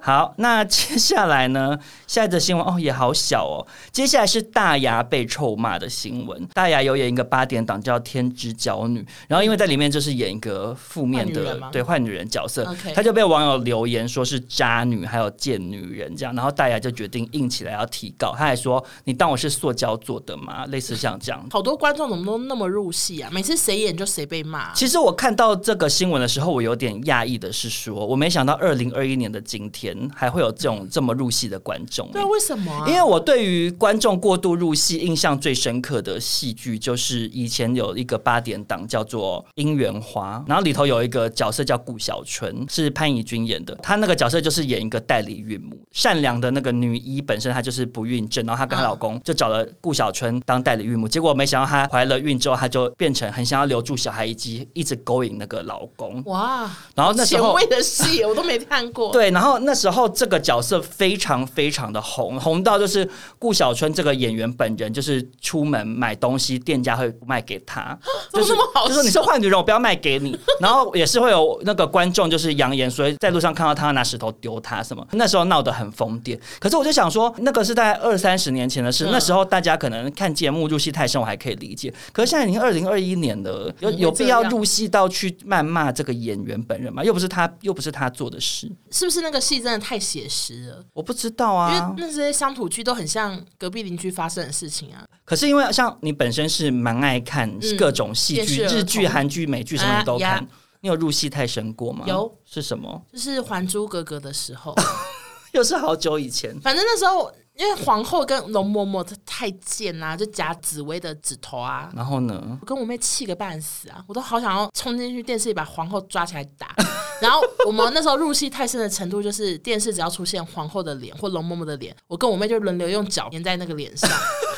好，那接下来呢？下一则新闻哦，也好小哦。接下来是大牙被臭骂的新闻。大牙有演一个八点档叫《天之娇女》，然后因为在里面就是演一个负面
坏女
的
人吗
对坏女人角色
OK
她就被网友留言说是渣女，还有贱女人这样。然后大牙就决定硬起来要提告，他还说：“你当我是塑胶做的吗？”类似像这样
好多观众怎么都那么入戏啊？每次谁演就谁被骂 啊、
其实我看到这个新闻的时候，我有点讶异的是说，我没想到二零二一年的今天还会有这种这么入戏的观众、欸
对啊，为什么、啊？
因为我对于观众过度入戏印象最深刻的戏剧，就是以前有一个八点档叫做《姻缘花》，然后里头有一个角色叫顾小纯，是潘怡君演的。她那个角色就是演一个代理孕母，善良的那个女医本身她就是不孕症，然后她跟她老公就找了顾小春当代理孕母，结果没想到她怀了孕之后，她就变成很想要留住小孩，以及一直勾引那个老公。
哇，
然后那时
前
候
卫的戏我都没看过。
对，然后那时候这个角色非常非常的红，红到就是顾小春这个演员本人，就是出门买东西，店家会不卖给 他，
怎
就
么
是
那么好
就说你是
笑
坏女人，我不要卖 给你。然后也是会有那个观众就是扬言说，在路上看到他拿石头丢他什么，那时候闹得很疯癫。可是我就想说，那个是在二三十年前的事，
嗯
那时候大家可能看节目入戏太深，我还可以理解。可是现在已经二零二一年了，
怎
有
么会
有必
这
要
样
入戏到去谩骂这个演员本人吗？又不是他，又不是他做的事。
是不是那个戏真的太写实了？
我不知道
因
啊
为，那些乡土剧都很像隔壁邻居发生的事情啊，
可是因为像你本身是蛮爱看
嗯
各种戏
电视
剧，
儿童
日剧、韩剧、美剧什么你都
啊
看
呀，
你有入戏太深过吗？
有，
是什么？
就是《还珠格格》的时候。
又是好久以前。
反正那时候因为皇后跟容嬷嬷太贱啦、就夹紫薇的指头啊。
然后呢？
我跟我妹气个半死啊！我都好想要冲进去电视里把皇后抓起来 打。然后我们那时候入戏太深的程度，就是电视只要出现皇后的脸或容嬷嬷的脸，我跟我妹就轮流用脚粘在那个脸上，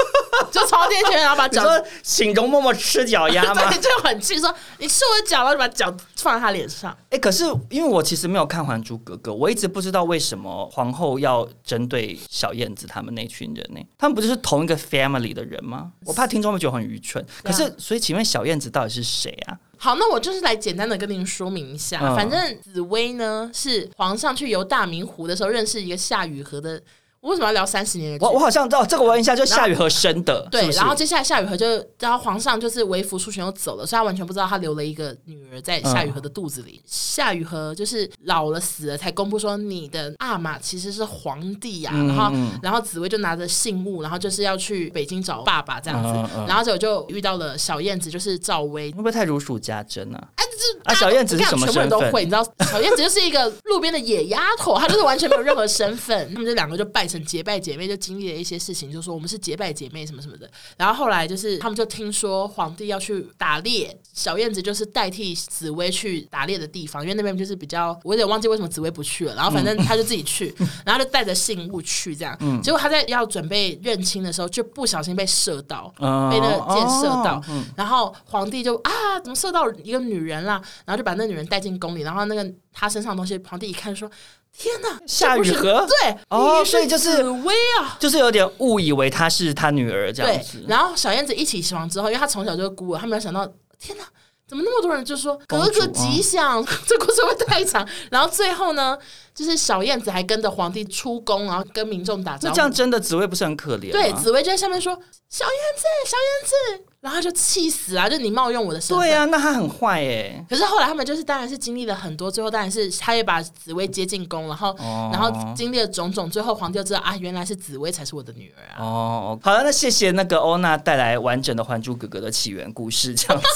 就超电圈，然后把
你
脚
说请容嬷嬷吃脚丫 吗？
对就很气说你吃我的脚，然后就把脚放在她脸上。
哎、可是因为我其实没有看《还珠格格》，我一直不知道为什么皇后要针对小燕子他们那群人呢、他们不就是同一个 family 的人吗？我怕听众会觉得很愚蠢。
啊
可是，所以请问小燕子到底是谁啊？
好，那我就是来简单的跟您说明一下，
嗯
反正紫薇呢是皇上去游大明湖的时候认识一个夏雨荷的。我为什么要聊三十年的剧
我我好像知道这个，我印象就是夏雨荷生的，
对，
是不是
然后接下来夏雨荷就，然后皇上就是为服出巡又走了，所以他完全不知道他留了一个女儿在夏雨荷的肚子里。夏雨荷就是老了死了才公布说你的阿玛其实是皇帝呀、
嗯
然后然后紫薇就拿着信物，然后就是要去北京找爸爸这样子，
嗯嗯嗯
然后结果就遇到了小燕子，就是赵薇
会，不会太如数家珍啊？
哎，就是
啊小燕子是
大家
什么
全部人都
身份
会，你知道，小燕子就是一个路边的野丫头，她就是完全没有任何身份。他们这两个就拜成结拜姐妹，就经历了一些事情，就说我们是结拜姐妹什么什么的。然后后来就是他们就听说皇帝要去打猎，小燕子就是代替紫薇去打猎的地方，因为那边就是比较，我有点忘记为什么紫薇不去了。然后反
嗯
正她就自己去，然后就带着信物去这样。结果她在要准备认亲的时候，就不小心被射到，
嗯
被那个箭射到，
哦嗯
然后皇帝就啊，怎么射到一个女人啦？然后就把那女人带进宫里，然后那个她身上的东西，皇帝一看说：“天哪，
夏雨荷
对，
哦
你
所以就是
紫薇啊。”
就是有点误以为她是她女儿这样
对
子，，
然后小燕子一起死亡之后，因为她从小就是孤儿，她没有想到，天哪，怎么那么多人就说
公
格
主
格
嗯
吉祥？ 这故事会不会太长。然后最后呢，就是小燕子还跟着皇帝出宫，然后跟民众打招
那
呼。
这样真的紫薇不是很可怜吗？
对，紫薇就在下面说：“小燕子，小燕子。”然后她就气死啊！就你冒用我的身份，
对啊，那她很坏哎、
可是后来他们就是当然是经历了很多，最后当然是他也把紫薇接进宫，然后、
哦
然后经历了种种，最后皇帝就知道啊，原来是紫薇才是我的女儿啊。
哦，好了，那谢谢那个欧娜带来完整的《还珠格格》的起源故事这样子。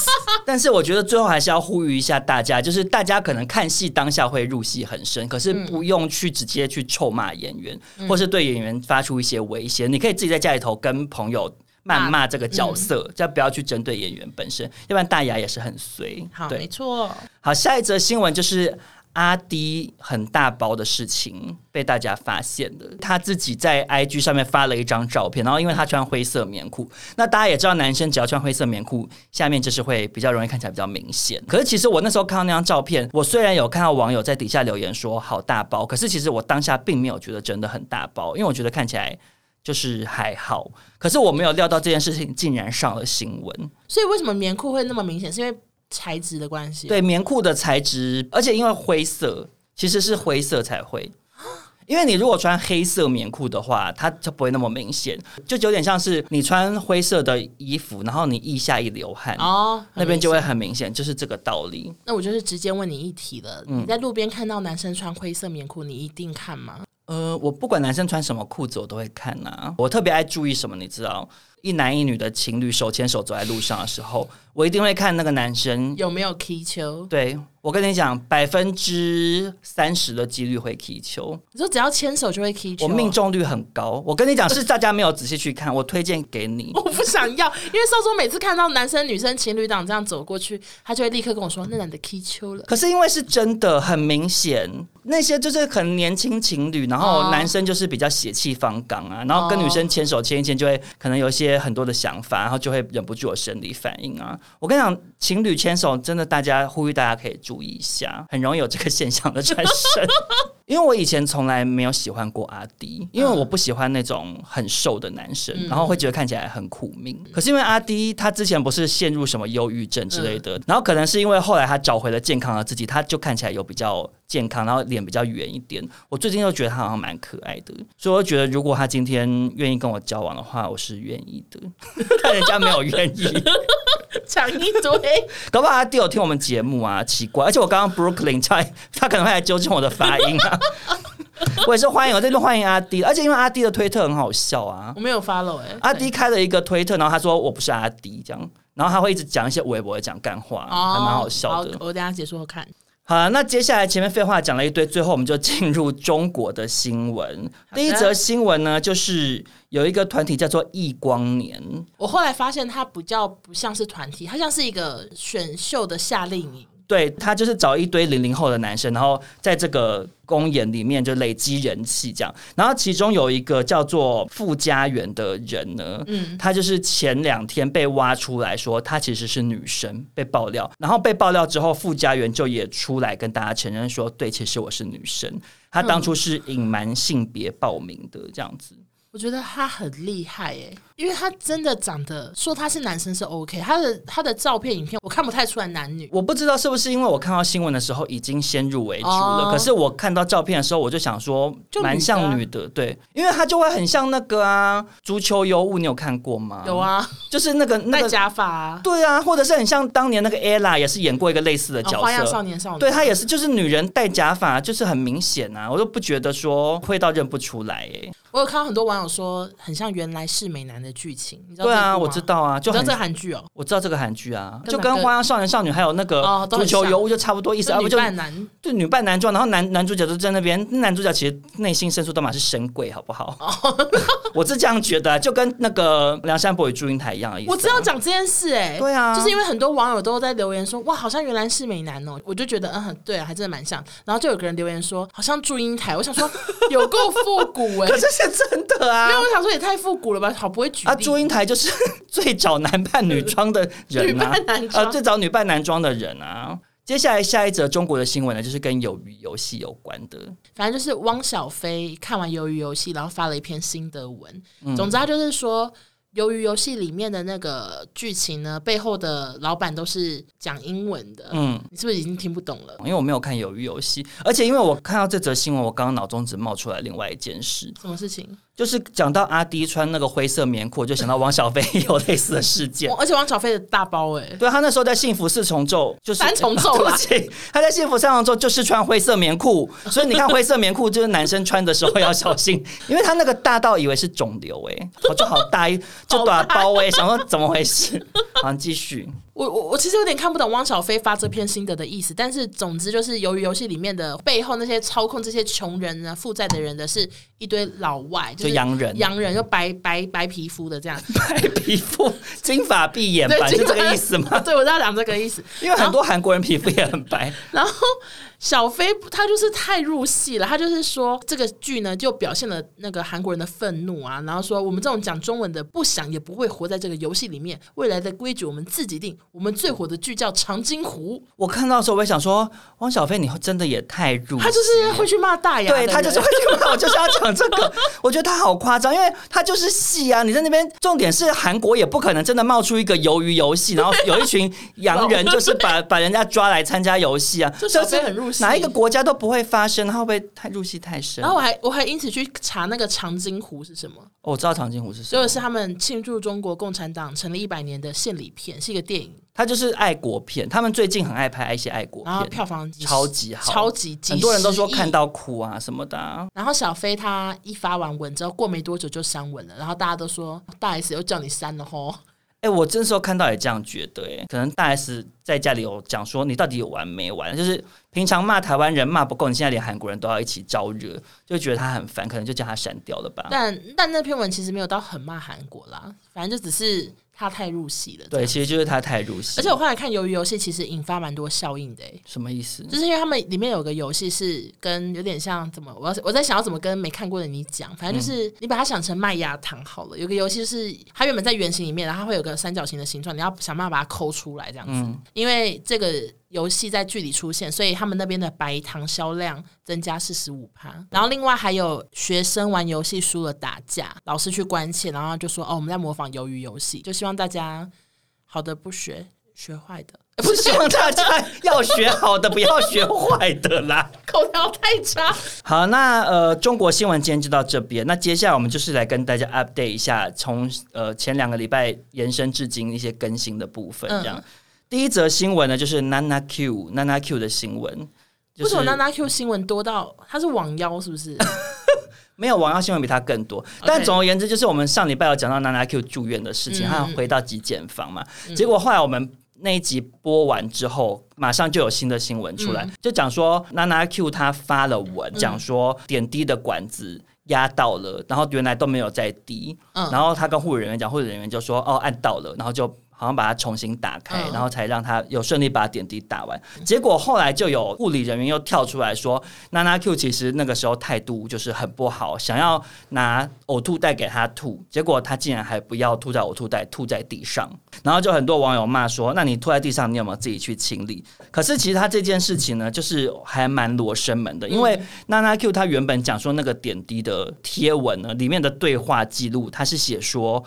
但是我觉得最后还是要呼吁一下大家，就是大家可能看戏当下会入戏很深，可是不用去直接去臭骂演员，或是对演员发出一些威胁。你可以自己在家里头跟朋友。谩骂这个角色，但不要去针对演员本身，要不然大牙也是很随。
好，
对
没，错，
好，下一则新闻就是阿迪很大包的事情被大家发现的。他自己在 IG 上面发了一张照片，然后因为他穿灰色棉裤，那大家也知道，男生只要穿灰色棉裤，下面就是会比较容易看起来比较明显。可是其实我那时候看到那张照片，我虽然有看到网友在底下留言说好大包，可是其实我当下并没有觉得真的很大包，因为我觉得看起来。就是还好，可是我没有料到这件事情竟然上了新闻。
所以为什么棉裤会那么明显，是因为材质的关系。，
对，棉裤的材质，而且因为灰色，其实是灰色才会。因为你如果穿黑色棉裤的话，它就不会那么明显，就有点像是你穿灰色的衣服，然后你腋下一流汗，
哦，
那边就
很明显。
会很明显，就是这个道理。
那我就是直接问你一题了，你在路边看到男生穿灰色棉裤，你一定看吗？
呃，我不管男生穿什么裤子，我都会看呐、我特别爱注意什么，你知道，一男一女的情侣手牵手走在路上的时候，我一定会看那个男生
有没有踢球？
对我跟你讲，百分之三十的几率会踢球，
你说只要牵手就会啊踢球，
我命中率很高。我跟你讲，是大家没有仔细去看，我推荐给你。
我不想要， 因为少佐每次看到男生女生情侣档这样走过去，他就会立刻跟我说：“那男的踢球了。”
可是因为是真的很明显，那些就是很年轻情侣，然
哦
后男生就是比较血气方刚啊，然后跟女生牵手牵一牵，就会可能有一些很多的想法，然后就会忍不住有生理反应啊。我跟你讲，情侣牵手真的，大家呼吁大家可以注意一下，很容易有这个现象的产生。因为我以前从来没有喜欢过阿迪，因为我不喜欢那种很瘦的男生，然后会觉得看起来很苦命。可是因为阿迪他之前不是陷入什么忧郁症之类的，然后可能是因为后来他找回了健康的自己，他就看起来有比较健康，然后脸比较圆一点。我最近又觉得他好像蛮可爱的，所以我觉得如果他今天愿意跟我交往的话，我是愿意的。 看人家没有愿意，
讲一堆，
搞不好阿弟有听我们节目啊，奇怪。而且我刚刚 Brooklyn 他他可能会来纠正我的发音 啊。我也是欢迎，我这边欢迎阿弟，而且因为阿弟的推特很好笑啊。
我没有 follow 哎、
阿迪开了一个推特，然后他说我不是阿迪这样，然后他会一直讲一些微博讲干话，
对
还蛮哦好笑的。
哦好我等一下结束后看。
好啊、那接下来前面废话讲了一堆，最后我们就进入中国的新闻。第一则新闻呢，就是有一个团体叫做易光年，
我后来发现它比较不像是团体，它像是一个选秀的夏令营。
对他就是找一堆零零后的男生，然后在这个公演里面就累积人气这样。然后其中有一个叫做傅家园的人呢，
嗯，
他就是前两天被挖出来说他其实是女生被爆料，然后被爆料之后，傅家园就也出来跟大家承认说，对，其实我是女生，他当初是隐瞒性别报名的这样子。
我觉得他很厉害哎、因为他真的长得说他是男生是 OK，他的他的照片影片我看不太出来男女。
我不知道是不是因为我看到新闻的时候已经先入为主了，
哦
可是我看到照片的时候，我就想说
就女的啊
蛮像女的，对，因为她就会很像那个啊，足球尤物，你有看过吗？
有，啊，
就是那个那
戴
个，
假发、啊，
对啊，或者是很像当年那个 ella 也是演过一个类似的
哦
角
花样
色。
少年少女。
对她也是，就是女人戴假发，就是很明显啊，我都不觉得说会到认不出来、欸，
我有看到很多网网友说很像原来是美男的剧情，你知道
对啊，
这部吗
我知，道啊，
你
就
知道
很
这韩剧哦，
我知道这个韩剧啊，
跟
就
哪
跟
个
《花样少年少女》还有那个
哦
《
都
足
很
球
像
尤物》就差不多意思，啊，不
女
就
扮男
就女扮男装，然后男男主角就在那边，男主角其实内心深处都满是神鬼，好不好？
哦
我是这样觉得啊，就跟那个梁山伯与祝英台一样的意思啊。
我知道讲这件事哎、
对啊
就是因为很多网友都在留言说，哇，好像原来是美男哦、我就觉得嗯，很对啊，还真的蛮像。然后就有个人留言说，好像祝英台，我想说 有够复古哎、
可是是真的啊
没有，。我想说也太复古了吧，好不会举例。
啊，祝英台就是最早男扮女装的
女
人啊
扮，男
呃，
装，
最早女扮男装的人啊。接下来下一则中国的新闻呢，就是跟鱿鱼游戏有关的。
反正就是汪小菲看完《鱿鱼游戏》，然后发了一篇心得文。
嗯
总之，他啊就是说，《鱿鱼游戏》里面的那个剧情呢，背后的老板都是讲英文的。
嗯，
你是不是已经听不懂了？
因为我没有看鱿鱼游戏，而且因为我看到这则新闻，我刚刚脑中只冒出来另外一件事，
什么事情？
就是讲到阿迪穿那个灰色棉裤，我就想到王小飞也有类似的事件
哇。而且汪小菲的大包哎、欸，
对他那时候在《幸福四重奏》就是
三重奏啊啦
对不起他在《幸福三重奏》就是穿灰色棉裤，所以你看灰色棉裤就是男生穿的时候要小心， 因为他那个大到以为是肿瘤哎、我就好 大一就短包哎、想说怎么回事？ 好，你继续，
我我我其实有点看不懂汪小菲发这篇心得的意思，但是总之就是，由于游戏里面的背后那些操控这些穷人呢、负债的人的是一堆老外，
就是洋人
洋人，就白白白皮肤 的这样，
白皮肤金发碧眼
对
白，是这
金发
个意思 吗？
对，我在讲这个意思。
因为很多韩国人皮肤也很白，
然后小飞他就是太入戏了，他就是说这个剧呢就表现了那个韩国人的愤怒啊，然后说我们这种讲中文的不想也不会活在这个游戏里面，未来的规矩我们自己定，我们最火的剧叫长津湖，
我看到的时候我也想说，汪小菲你真的也太入戏了，
他就是会去骂大牙的
对
人，
他就是会去 骂，我就是要讲这 个。我觉得他好夸张，因为他就是戏啊。你在那边，重点是韩国也不可能真的冒出一个鱿鱼游戏，然后有一群洋人就是 把把人家抓来参加游戏啊，
就小飞很入戏哦
哪一个国家都不会发生，他会不会太入戏太深？
然后我还我还因此去查那个长津湖是什么，
哦我知道长津湖是谁，
所以是他们庆祝中国共产党成立一百年的献礼片，是一个电影，
他就是爱国片，他们最近很爱拍一些爱国
然后
片，
票房几十
哦超级好，
超级几
很多人都说
十亿
看到哭啊什么的啊、
然后小飞他一发完文之后，过没多久就删文了，然后大家都说哦大 S 又叫你删了吼，
哎、我这时候看到也这样觉得、欸，可能大 S 在家里有讲说，你到底有完没完？就是平常骂台湾人骂不够，你现在连韩国人都要一起招惹，就觉得他很烦，可能就叫他删掉了吧。
但但那篇文其实没有到很骂韩国啦，反正就只是他太入戏了。
对，其实就是他太入戏，
而且我后来看《鱿鱼游戏》，其实引发蛮多效应的、欸，
什么意思？
就是因为他们里面有个游戏是跟有点像怎么，我要我在想要怎么跟没看过的你讲，反正就是你把它想成麦芽糖好了。有个游戏是它原本在圆形里面，然后它会有个三角形的形状，你要想办法把它抠出来这样子。因为这个游戏在剧里出现，所以他们那边的白糖销量增加四十五趴。然后另外还有学生玩游戏输了打架，老师去关切，然后就说哦我们在模仿鱿鱼游戏，就希望大家好的不学，学坏的。
不是希望大家要学好的，不要学坏的啦。
口条太差，
好，那呃，中国新闻今天就到这边。那接下来我们就是来跟大家 update 一下，从呃前两个礼拜延伸至今一些更新的部分。
嗯
这样，第一则新闻呢，就是 Nana Q Nana Q 的新闻，就
为
是
什么娜娜 Q 新闻多到他是网妖是不 是？
没有王耀新闻比他更多。但总而言之，就是我们上礼拜有讲到 Nana Q 住院的事情，
嗯
他回到急检房嘛，结果后来我们。那一集播完之后，马上就有新的新闻出来，
嗯
就讲说 Nana Q 她发了文，讲说点滴的管子压到了，然后原来都没有在滴，
嗯
然后她跟护理人员讲，护理人员就说哦按到了，然后就好像把它重新打开，
嗯
然后才让她有顺利把点滴打完。结果后来就有护理人员又跳出来说，娜娜 Q 其实那个时候态度就是很不好，想要拿呕吐袋给她吐，结果她竟然还不要吐在呕吐袋，吐在地上。然后就很多网友骂说：“那你吐在地上，你有没有自己去清理？”可是其实她这件事情呢，就是还蛮罗生门的，因为娜娜 Q 她原本讲说那个点滴的贴文呢，里面的对话记录，她是写说。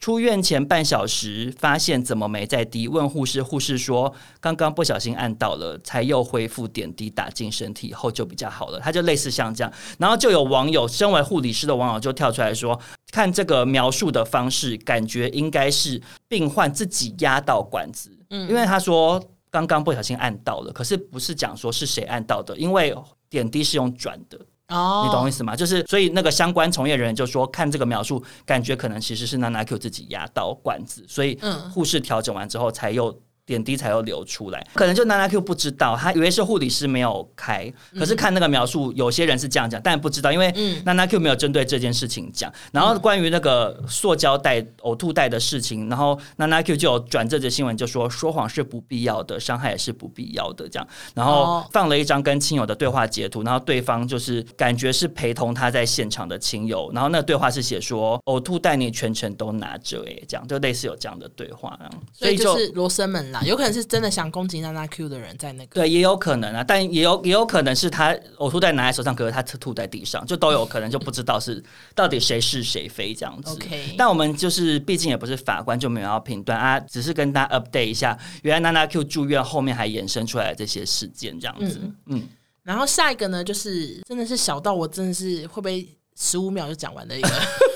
出院前半小时发现怎么没在滴，问护士，护士说刚刚不小心按到了，才又恢复点滴打进身体后就比较好了。他就类似像这样，然后就有网友身为护理师的网友就跳出来说，看这个描述的方式，感觉应该是病患自己压到管子，嗯，因为他说刚刚不小心按到了，可是不是讲说是谁按到的，因为点滴是用转的。
哦，
你懂我意思吗？就是所以那个相关从业人员就说，看这个描述，感觉可能其实是娜娜 Q 自己压到管子，所以
嗯
护士调整完之后才又。点滴才又流出来，可能就娜娜 Q 不知道，她以为是护理师没有开，可是看那个描述，有些人是这样讲，但不知道，因为
嗯
娜娜 Q 没有针对这件事情讲。然后关于那个塑胶袋、呕吐袋的事情，然后娜娜 Q 就有转这则新闻，就说说谎是不必要的，伤害也是不必要的，这样。然后
哦
放了一张跟亲友的对话截图，然后对方就是感觉是陪同他在现场的亲友，然后那个对话是写说哦呕吐袋你全程都拿着诶、这样就类似有这样的对话，这样
所以就是罗生门啦，有可能是真的想攻击娜娜 Q 的人在那个。
对，也有可能啊，但也有也有可能是他呕吐袋拿在手上，可是他吐在地上，就都有可能，就不知道是到底谁是谁非这样子。
OK
但我们就是毕竟也不是法官，就没有要评断啊，只是跟大家 update 一下，原来娜娜 Q 住院后面还衍生出来的这些事件这样子。嗯
然后下一个呢，就是真的是小到我真的是会不会十五秒就讲完的一个。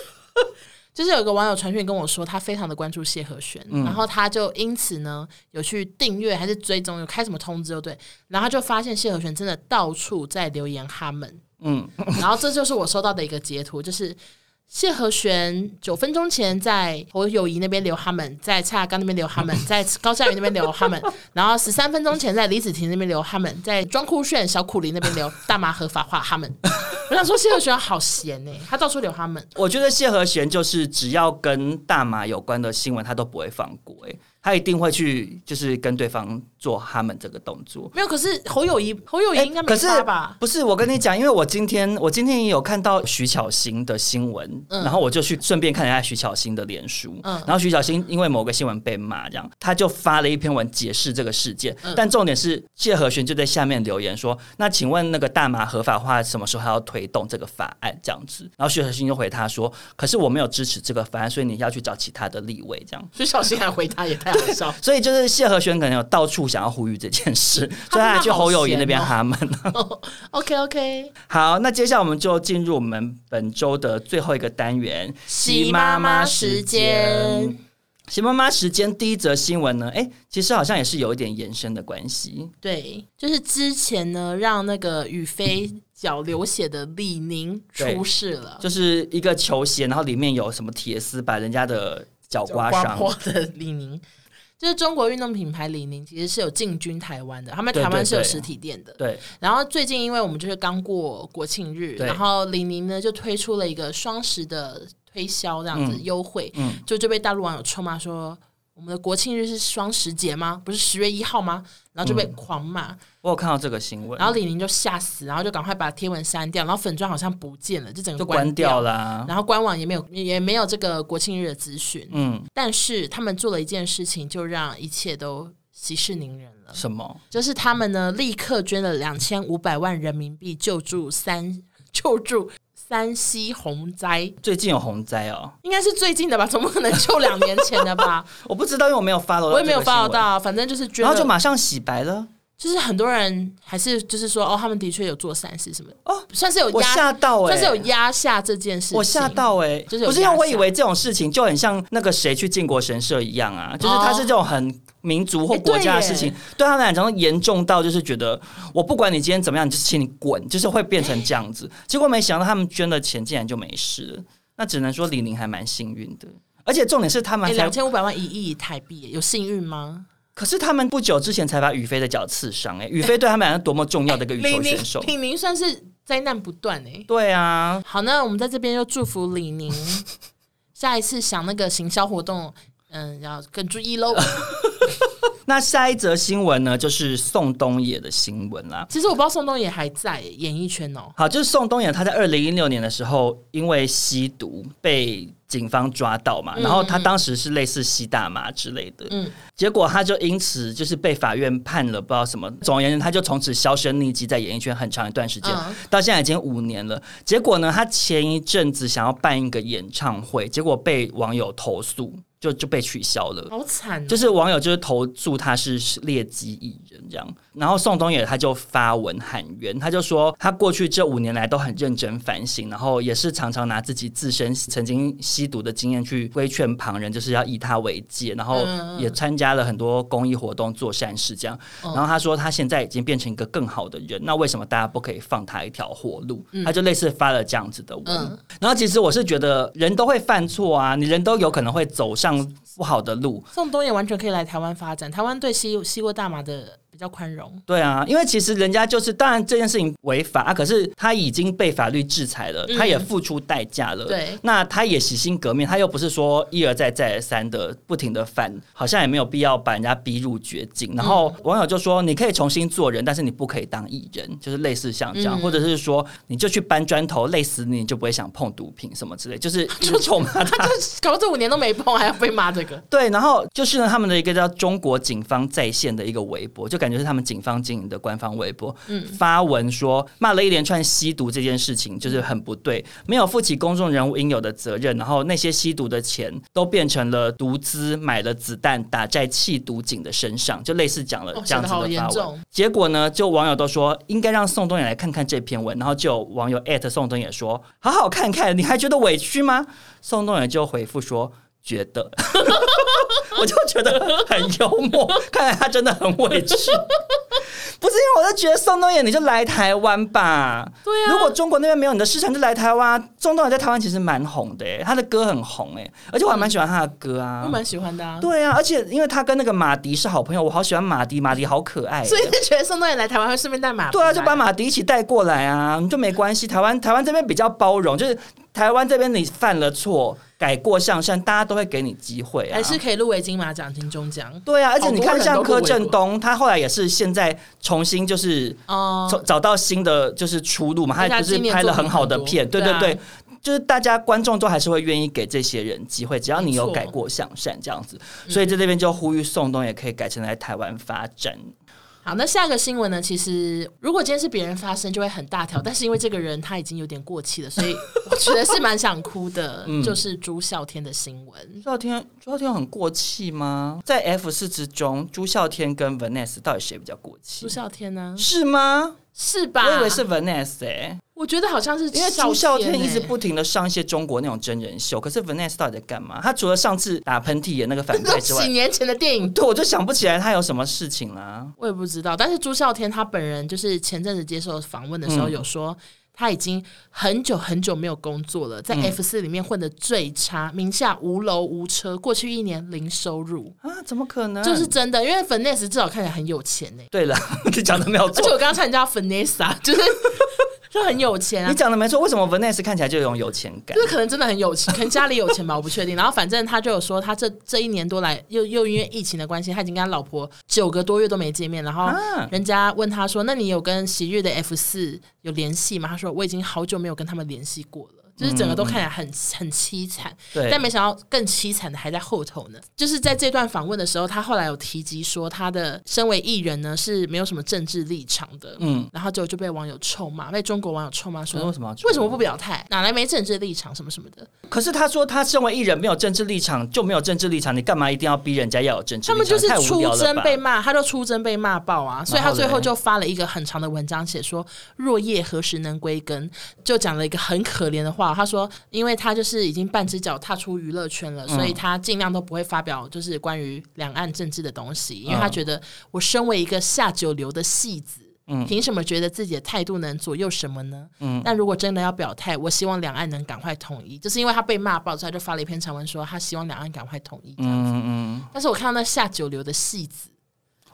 就是有一个网友传讯跟我说，他非常的关注谢和弦，
嗯
然后他就因此呢有去订阅还是追踪，有开什么通知就对，然后他就发现谢和弦真的到处在留言他们，
嗯
然后这就是我收到的一个截图，就是谢和弦九分钟前在侯友谊那边留他们，在蔡雅刚那边留他们，在高嘉瑜那边留他们，然后十三分钟前在李子婷那边留他们，在庄酷炫小苦林那边留大麻合法化他们。 我想说谢和弦好闲呢、他到处留他们。
我觉得谢和弦就是只要跟大麻有关的新闻，他都不会放过、欸，他一定会去就是跟对方做他们这个动作。
没有，可是侯友谊，侯友谊
欸
应该没
可是
发吧？
不是，我跟你讲，因为我今天我今天也有看到徐巧芯的新闻，
嗯
然后我就去顺便看了一下徐巧芯的脸书，
嗯
然后徐巧芯因为某个新闻被骂，这样他就发了一篇文解释这个事件，
嗯
但重点是谢和弦就在下面留言说：“那请问那个大麻合法化什么时候还要推动这个法案？”这样子，然后徐巧芯就回他说：“可是我没有支持这个法案，所以你要去找其他的立委这样。”
徐小新还回他也太好笑 了。
所以就是谢和弦可能有到处想要呼吁这件事，所以他还去侯友谊那边
哦
哈们。
OK OK，
好，那接下来我们就进入我们本周的最后一个单元——
习妈妈时间。
习妈妈时间第一则新闻呢？哎、其实好像也是有一点延伸的关系。
对，就是之前呢，让那个雨飞脚流血的李宁出事了，
就是一个球鞋，然后里面有什么铁丝把人家的脚刮
刮
伤。
破的李宁。就是中国运动品牌李宁其实是有进军台湾的，他们
对
台湾
对
是有
对
实体店的。
对，
然后最近因为我们就是刚过国庆日，
对
然后李宁呢就推出了一个双十的推销这样子、
嗯
优惠，
嗯
就就被大陆网友臭骂说。我们的国庆日是双十节吗？不是十月一号吗？然后就被
嗯
狂骂，
我有看到这个新闻，
然后李宁就吓死，然后就赶快把贴文删掉，然后粉砖好像不见了，就整个
就关掉
了，
啦、
然后官网也没有也没有这个国庆日的资讯，
嗯，
但是他们做了一件事情，就让一切都息事宁人了。
什么？
就是他们呢立刻捐了两千五百万人民币救助三救助山西洪灾，
最近有洪灾哦？
应该是最近的吧？总不可能救两年前的 吧？
我不知道，因为我没有发了，
我也没有报，到，反正就是捐
然
了，
后就马上洗白了。
就是很多人还是就是说哦，他们的确有做善事什么的
哦，
算是有
我
压，
吓到哎、
算是有压下这件事情。
我吓到哎、
就是有
不是因为
压
我
下
以为这种事情就很像那个谁去靖国神社一样啊，就是
哦
它是这种很民族或国家的事情，
哎
对他们来讲严重到就是觉得我不管你今天怎么样，你就请你滚，就是会变成这样子。结果没想到他们捐了钱竟然就没事了，那只能说李宁还蛮幸运的。而且重点是他们
哎，
才，
两千五百万一亿台币耶，有幸运吗？
可是他们不久之前才把宇飞的脚刺伤，
欸
哎，宇飞对他们来讲多么重要的一个羽
李
球
宁
选手，
李宁算是灾难不断哎。
对啊，
好，那我们在这边就祝福李 宁，下一次想那个行销活动，嗯，要更注意 喽。
那下一则新闻呢，就是宋冬野的新闻啦。
其实我不知道宋冬野还在演艺圈哦。
好，就是宋冬野，他在二零一六年的时候，因为吸毒被警方抓到嘛，然后他当时是类似吸大麻之类的，
嗯
结果他就因此就是被法院判了不知道什么。总而言之，他就从此销声匿迹在演艺圈很长一段时间，
嗯
到现在已经五年了。结果呢，他前一阵子想要办一个演唱会，结果被网友投诉，就就被取消了。
好惨、哦，
就是网友就是投诉他是劣迹艺人这样，然后宋冬野他就发文喊冤，他就说他过去这五年来都很认真反省，然后也是常常拿自己自身曾经吸毒的经验去规劝旁人，就是要以他为戒，
嗯
然后也参加了很多公益活动做善事这样。
哦
然后他说他现在已经变成一个更好的人，那为什么大家不可以放他一条活路？他就类似发了这样子的文。
嗯
然后其实我是觉得人都会犯错啊，你人都有可能会走上不好的路。
宋冬野完全可以来台湾发展，台湾对吸吸过大麻的比较宽容。
对啊，因为其实人家就是，当然这件事情违法、啊，可是他已经被法律制裁了，他也付出代价了。
对
那他也洗心革面，他又不是说一而再再而三的不停的犯，好像也没有必要把人家逼入绝境。然后网友就说，你可以重新做人，但是你不可以当艺人，就是类似像这样，或者是说你就去搬砖头，累死你，你就不会想碰毒品什么之类，就是一直臭骂他。
搞到这五年都没碰，还要被骂这 个，
对，然后就是呢，他们的一个叫中国警方在线的一个微博，就感觉是他们警方经营的官方微博，
嗯
发文说骂了一连串吸毒这件事情就是很不对，没有负起公众人物应有的责任，然后那些吸毒的钱都变成了毒资，买了子弹打在弃毒警的身上，就类似讲了
哦
这
想
样子
得好
的
严
发文
重。
结果呢，就网友都说应该让宋冬野来看看这篇文，然后就有网友艾特宋冬野说：“好好看看，你还觉得委屈吗？”宋冬野就回复说：“觉得。”我就觉得很幽默，看来他真的很委屈。 不是因为我就觉得宋冬野，你就来台湾吧。
对啊
如果中国那边没有你的市场，就来台湾啊。宋冬野在台湾其实蛮红的、欸，他的歌很红、欸，而且我还蛮喜欢他的歌啊。
我蛮喜欢的啊。
对啊，而且因为他跟那个马迪是好朋友，我好喜欢马迪，马迪好可爱、欸
所以就觉得宋冬野来台湾会顺便带马，
对啊，就把。马迪一起带过来啊，就没关系。台湾台湾这边比较包容，就是台湾这边你犯了错，改过向善，大家都会给你机会啊。
还是可以入围金马奖、金钟奖
对啊，而且你
好多
看，
人
像
都
柯
入围
震
过
东，他后来也是现在重新就是
哦。
找找到新的就是出路嘛，
而且
他
他
不是
今年
拍了
作品
很好的
很多
片，对
对
对
啊
对，就是大家观众都还是会愿意给这些人机会，只要你有
没错嗯
改过向善这样子，所以在这边就呼吁宋冬也可以改成来台湾发展。
好，那下个新闻呢？其实如果今天是别人发生，就会很大条，但是因为这个人他已经有点过气了， 所以我觉得是蛮想哭的，
嗯
就是朱孝天的新闻。
朱孝天，朱孝天很过气吗？在 F 四之中，朱孝天跟 Vanessa 到底谁比较过气
朱？孝天呢？
是吗？
是吧？
我以为是，Vanessa 哎、
我觉得好像是
因为朱
孝
孝天
欸
一直 不停的上一些中国那种真人秀，可是 Vanessa 到底在干嘛？他除了上次打喷嚏演那个反派 之外
几，年前的电影
对我就想不起来他有什么事情啦、
我也不知道，但是朱孝天他本人就是前阵子接受访问的
嗯
时候有说，他已经很久很久没有工作了，在
嗯
F 四里面混得最差，名下无楼无车，过去一年零收入，
啊，怎么可能？
就是真的。因为 Vanessa 至少看起来很有钱呢、
对了， 你讲的没有
而且
错，
我刚刚差点叫她 Vanessa，就是 就很有钱啊
你。讲的没错。为什么 Vanessa 看起来就有种有钱感
就？是可能真的很有钱，可能家里有钱吧，我不确定。然后反正他就有说，他这这一年多来，又又因为疫情的关系，他已经跟他老婆九个多月都没见面。然后
啊
人家问他说：“那你有跟昔日的 F 四有联系吗？”他说：“我已经好久没有跟他们联系过了。”就是整个
嗯
都看起来很、很凄惨，
对
但没想到更凄惨的还在后头呢。就是在这段访问的时候，他后来有提及说，他的身为艺人呢是没有什么政治立场的，
嗯，
然后结果就被网友臭骂，被中国网友臭骂说
为什么要臭
为什么不表态？哪来没政治立场什么什么的？
可是他说他身为艺人没有政治立场就没有政治立场，你干嘛一定要逼人家要有政治
他
立
们
场？
就是
太无
出
聊了
征被
吧？
骂，他就出征被骂爆啊，所以
然
他
后
最后
嘞
就发了一个很长的文章，写说若叶何时能归根，就讲了一个很可怜的话。他说，因为他就是已经半只脚踏出娱乐圈了，
嗯
所以他尽量都不会发表就是关于两岸政治的东西，因为他
嗯
觉得我身为一个下九流的戏子。
嗯
凭什么觉得自己的态度能左右什么呢？但如果真的要表态，我希望两岸能赶快统一。就是因为他被骂爆，所以他就发了一篇长文说他希望两岸赶快统一。这样
嗯嗯，
但是我看到那下九流的戏子，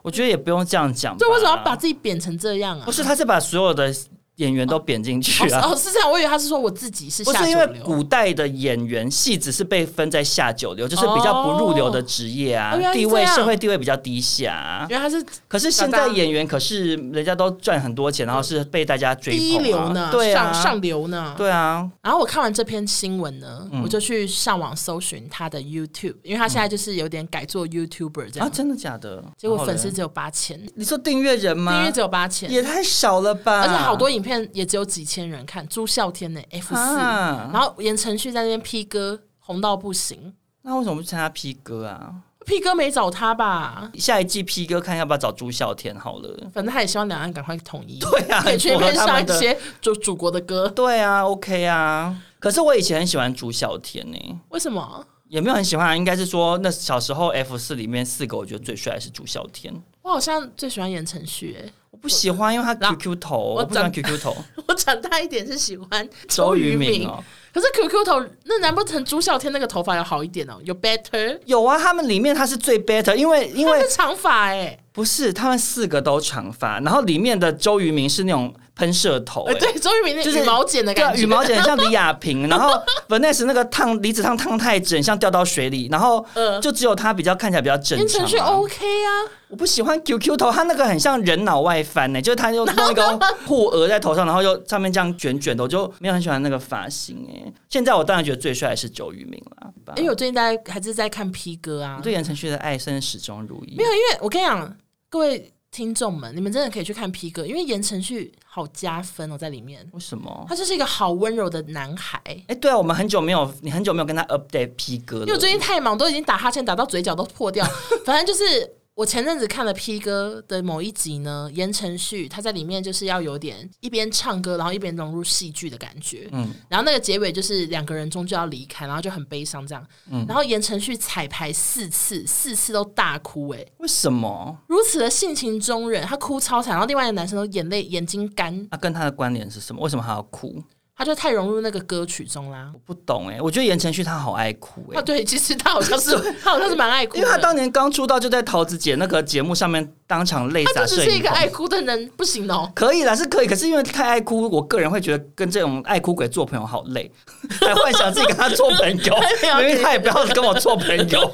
我觉得也不用这样讲吧。
对，为什么要把自己贬成这样啊？
不是，他是把所有的演员都贬进去啊。
哦，哦是这样，我以为他是说我自己是
不
下
是因
九
为
流，
古代的演员戏子是被分在下九流，就是比较不入流的职业啊，
哦原来是
地位
这样
社会地位比较低下、啊。
原来他是
可是现在演员可是人家都赚很多钱，然后是被大家追捧、啊、
第一流呢，
对啊，
上上流呢。
对嗯啊，
然后我看完这篇新闻呢，我就去上网搜寻他的 YouTube，因为他现在就是有点改做 YouTuber 这
啊，
样，
真的假的？
结果
然后啊
粉
嘞
丝，只有八千，订
你说订阅人吗？
阅只有八千，
也太少了吧！
而且好多影片也只有几千人看。朱孝天呢、F 四、
啊
然后言承旭在那边 P 歌红到不行，
那为什么不参加 P 哥啊？
P 哥没找他吧？
下一季 P 哥看要不要找朱孝天好了。
反正他也希望两岸赶快统一，
对啊，
可以去那
符合
边
他
唱
们
一
的。
些祖祖国的歌。
对啊，OK 啊。可是我以前很喜欢朱孝天呢、
为什么？
也没有很喜欢，啊应该是说那小时候 F 四里面四个，我觉得最帅的是朱孝天。
我好像最喜欢言承旭、欸，
我不喜欢，因为他
然后
QQ 头，
我
我不喜欢
长
QQ 头。
我长大一点是喜欢
周渝民
民，
哦，
可是 QQ 头那难不成朱孝天那个头发要好一点哦？有 better，
有啊，他们里面他是最 better，因为因
他
为
是长发哎、欸，
不是他们四个都长发，然后里面的周渝民是那种喷射头、
呃
欸，
对，周渝民那
就是
羽毛剪的
对
感
啊，
觉，
羽毛剪得像李亚 平，然后 Vanessa 那个烫离子烫烫太整，像掉到水里，然后
呃，
就只有他比较看起来比较正
言
常、
承旭
啊。
OK 啊，
我不喜欢 QQ 头，他那个很像人脑外翻呢、就是他又弄一个护额在头上，然后又上面这样卷卷的，我就没有很喜欢那个发型哎、现在我当然觉得最帅的是周渝民了，吧
因为我最近在还是在看 P 哥啊
我，对言承旭的爱深始终如一。
没有，因为我跟你讲，各位听众们，你们真的可以去看 P 哥，因为言承旭好加分哦，在里面。
为什么？
他就是一个好温柔的男孩。
哎、对啊，我们很久没有，你很久没有跟他 update P 哥了。
因为我最近太忙，都已经打哈欠打到嘴角都破掉。 反正就是我前阵子看了 P 哥的某一集呢，言承旭他在里面就是要有点一边唱歌，然后一边融入戏剧的感觉。
嗯
然后那个结尾就是两个人终究要离开，然后就很悲伤这样。
嗯
然后言承旭彩排四次，四次都大哭、欸，
为什么？
如此的性情中人，他哭超惨，然后另外一个男生都眼泪眼睛干，
啊那、跟他的关联是什么？为什么他要哭？
他就太融入那个歌曲中啦
我。不懂哎、我觉得言承旭他好爱哭哎、
啊，对，其实他好 像是他好像是蛮爱哭的，
因为他当年刚出道就在桃子姐那个节目上面当场泪
他
洒
就只
摄
是一
影
个爱
棚。
哭的人，不行哦。
可以啦，是可以，可是因为太爱哭，我个人会觉得跟这种爱哭鬼做朋友好累， 还幻想自己跟他做朋友
没有，
明明他也不要跟我做朋友。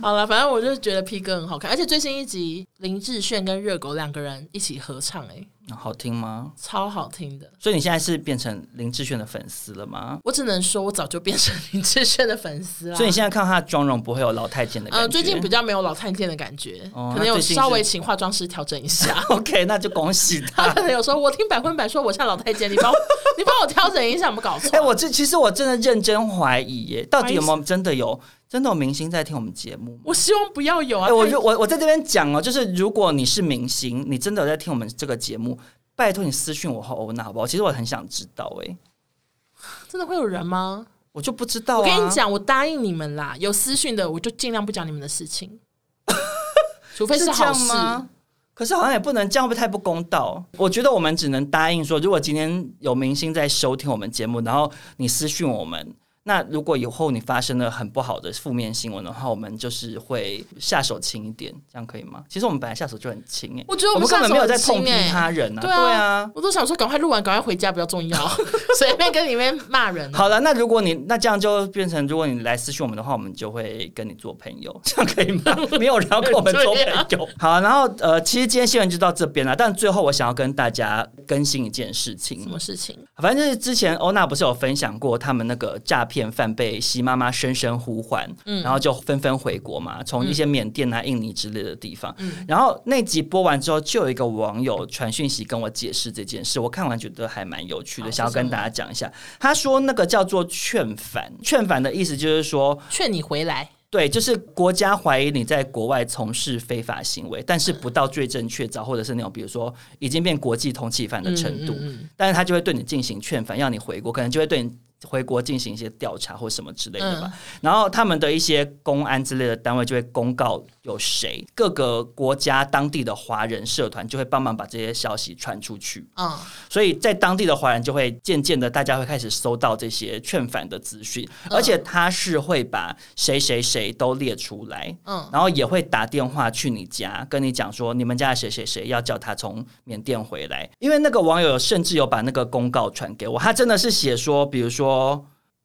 好了，反正我就觉得 P 哥很好看，而且最新一集林志炫跟热狗两个人一起合唱、哎，
好听吗？
超好听的。
所以你现在是变成林志炫的粉丝了吗？
我只能说，我早就变成林志炫的粉丝了。
所以你现在看到他的妆容不会有老太监的感
啊
觉。
呃，最近比较没有老太监的感觉，
哦
可能有
那最近是
稍微请化妆师调整一下。
OK，那就恭喜
他
他。
可能有时候我听百分百说我像老太监，你帮我你帮我调整一下，有没有搞错？啊
哎、我这其实我真的认真怀疑耶，到
怀
底
疑
有没有真的有真的有明星在听我们节目吗？
我希望不要有啊！
哎、我
太
就我我在这边讲哦，就是如果你是明星，你真的有在听我们这个节目，拜托你私讯我和欧娜好不好？其实我很想知道、哎，
真的会有人吗？
我就不知道、啊。
我跟你，讲，我答应你们啦，有私讯的我就尽量不讲你们的事 情，除非
是这
好
样
事。
吗？可是好像也不能这样，会不会太不公道？我觉得我们只能答应说，如果今天有明星在收听我们节目，然后你私讯我们，那如果以后你发生了很不好的负面新闻的话，我们就是会下手轻一点，这样可以吗？其实我们本来下手就很轻哎、
我觉得
我
们
们根本没有在痛批
哎、
他人啊，
对
对
啊
啊。
我都想说赶快录完，赶快回家比较重 要，随便跟里面骂人。啊
好了，那如果你那这样就变成，如果你来私讯我们的话，我们就会 跟你做朋友，这样可以吗？没有人要跟我们做朋友。好，然后呃，其实今天新闻就到这边了，但最后我想要跟大家更新一件事
什
情。
么事情？
反正就是之前欧娜不是有分享过他们那个诈骗犯被习妈妈深深呼唤，
嗯
然后就纷纷回国嘛，从一些缅甸啊、印尼之类的地方。
嗯
然后那集播完之后，就有一个网友传讯息跟我解释这件事，我看完觉得还蛮有趣的，
好
想要
是什么
跟大家讲一下。他说那个叫做劝返，劝返的意思就是说，
劝你回来，
对，就是国家怀疑你在国外从事非法行为，但是不到罪证确凿，或者是那种比如说已经变国际通缉犯的程度，
嗯嗯
但是他就会对你进行劝返，要你回国，可能就会对你回国进行一些调查或什么之类的
嗯
吧。然后他们的一些公安之类的单位就会公告有谁，各个国家当地的华人社团就会帮忙把这些消息传出去，
嗯嗯
所以在当地的华人就会渐渐的，大家会开始收到这些劝返的资讯，
嗯
而且他是会把谁谁谁都列出来。
嗯，
然后也会打电话去你家，跟你讲说你们家的谁谁谁要叫他从缅甸回来，因为那个网友甚至有把那个公告传给我，他真的是写说，比如说。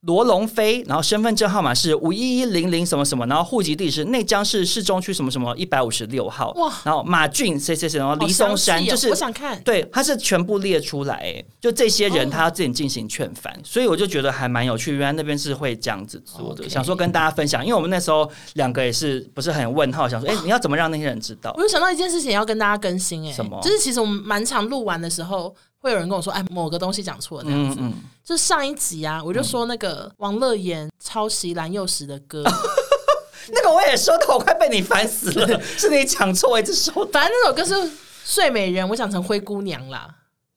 罗龙飞，然后身份证号码是五一一零零什么什么，然后户籍地是内江市市中区什么什么一百五十六号，
哇
然后马俊谁谁谁，然后
好
黎
详
松山，
细哦
就是
我想看，
对，他是全部列出来，欸就这些人他要自己进行劝返，所以我就觉得还蛮有趣。原来那边是会这样子做的
OK
想说跟大家分享，因为我们那时候两个也是不是很问号，想说，哎、你要怎么让那些人知道？
我又想到一件事情要跟大家更新、哎，
什么
就是其实我们满场录完的时候，会有人跟我说，哎，某个东西讲错了这样
嗯
子。
嗯，
就上一集啊，我就说那个王乐妍抄袭蓝幼时的 歌，
那个我也收到，我快被你烦死了，是你讲错，我一直收到。
反正那首歌是《睡美人》，我想成灰姑娘啦。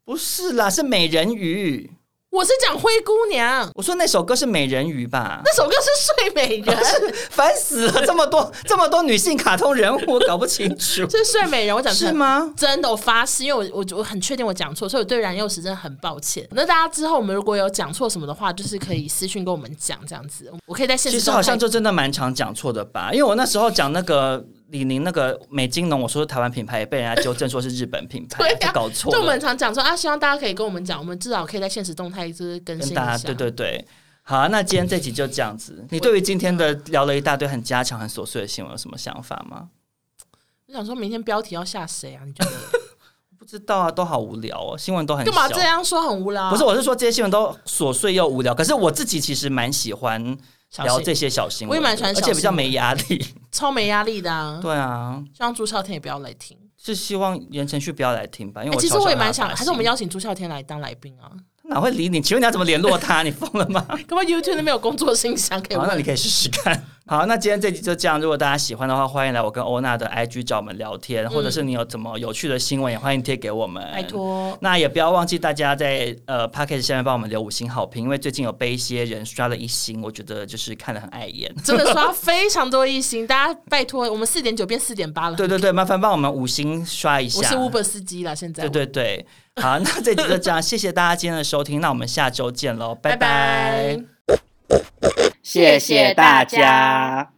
不是啦，是美人鱼。
我是讲灰姑娘，
我说那首歌是美人鱼吧？
那首歌是睡美人，。
啊烦死了，这么多这么多女性卡通人物，我搞不清楚
是睡美人。我讲成
是吗？
真的，我发誓，因为我我我很确定我讲错，所以我对燃油时真的很抱歉。那大家之后我们如果有讲错什么的话，就是可以私讯跟我们讲，这样子，我可以在现
其
实
实好像就真的蛮常讲错的吧，因为我那时候讲那个李宁那个美金浓，我说是台湾品牌，也被人家纠正说是日本品牌，
对啊
就搞错
就我
了
们。常讲说啊，希望大家可以跟我们讲，我们至少可以在现实动态就是更
跟
新一
大
下。
家对对对，好啊、那今天这集就这样子。你对于今天的聊了一大堆很家常、很琐碎的新闻有什么想法吗？
我想说明天标题要下谁啊？你 觉得
不知道啊，都好无聊哦，新闻都很
干嘛
小
这样说很无聊？啊
不是，我是说这些新闻都琐碎又无聊，可是我自己其实蛮喜欢
小
聊
心
这些小新
我
闻
也
的，
蛮喜欢
而
小
且比较
新闻
没压力。
超没压力的啊！
对啊，
希望朱孝天也不要来听。
是希望言承旭不要来听吧，因为
哎、
我、
其实我也蛮想，还是我们。邀请朱孝天来当来宾啊？
哪会理你？请问你要怎么联络他？你疯了 吗？
干嘛 YouTube 那边有工作信箱可以
好，那你
问？
可以试试看。好，那今天这集就这样。如果大家喜欢的话，欢迎来我跟欧娜的 IG 找我们聊天，或者是你有怎么有趣的新闻，也欢迎贴给我们。
嗯拜。托，
那也不要忘记大家在呃 p a c k a g e 下面帮我们留五星好评，因为最近有被一些人刷了一星，我觉得就是看得很碍眼。
真的刷非常多异星，大家拜托，我们四点九变四点八了。
对对对，麻烦帮我们五星刷一下。
我是 Uber 司机啦，现在
对对对，好，那这集就这样，谢谢大家今天的收听，那我们下周见喽，
拜
拜拜
拜。
谢谢大家。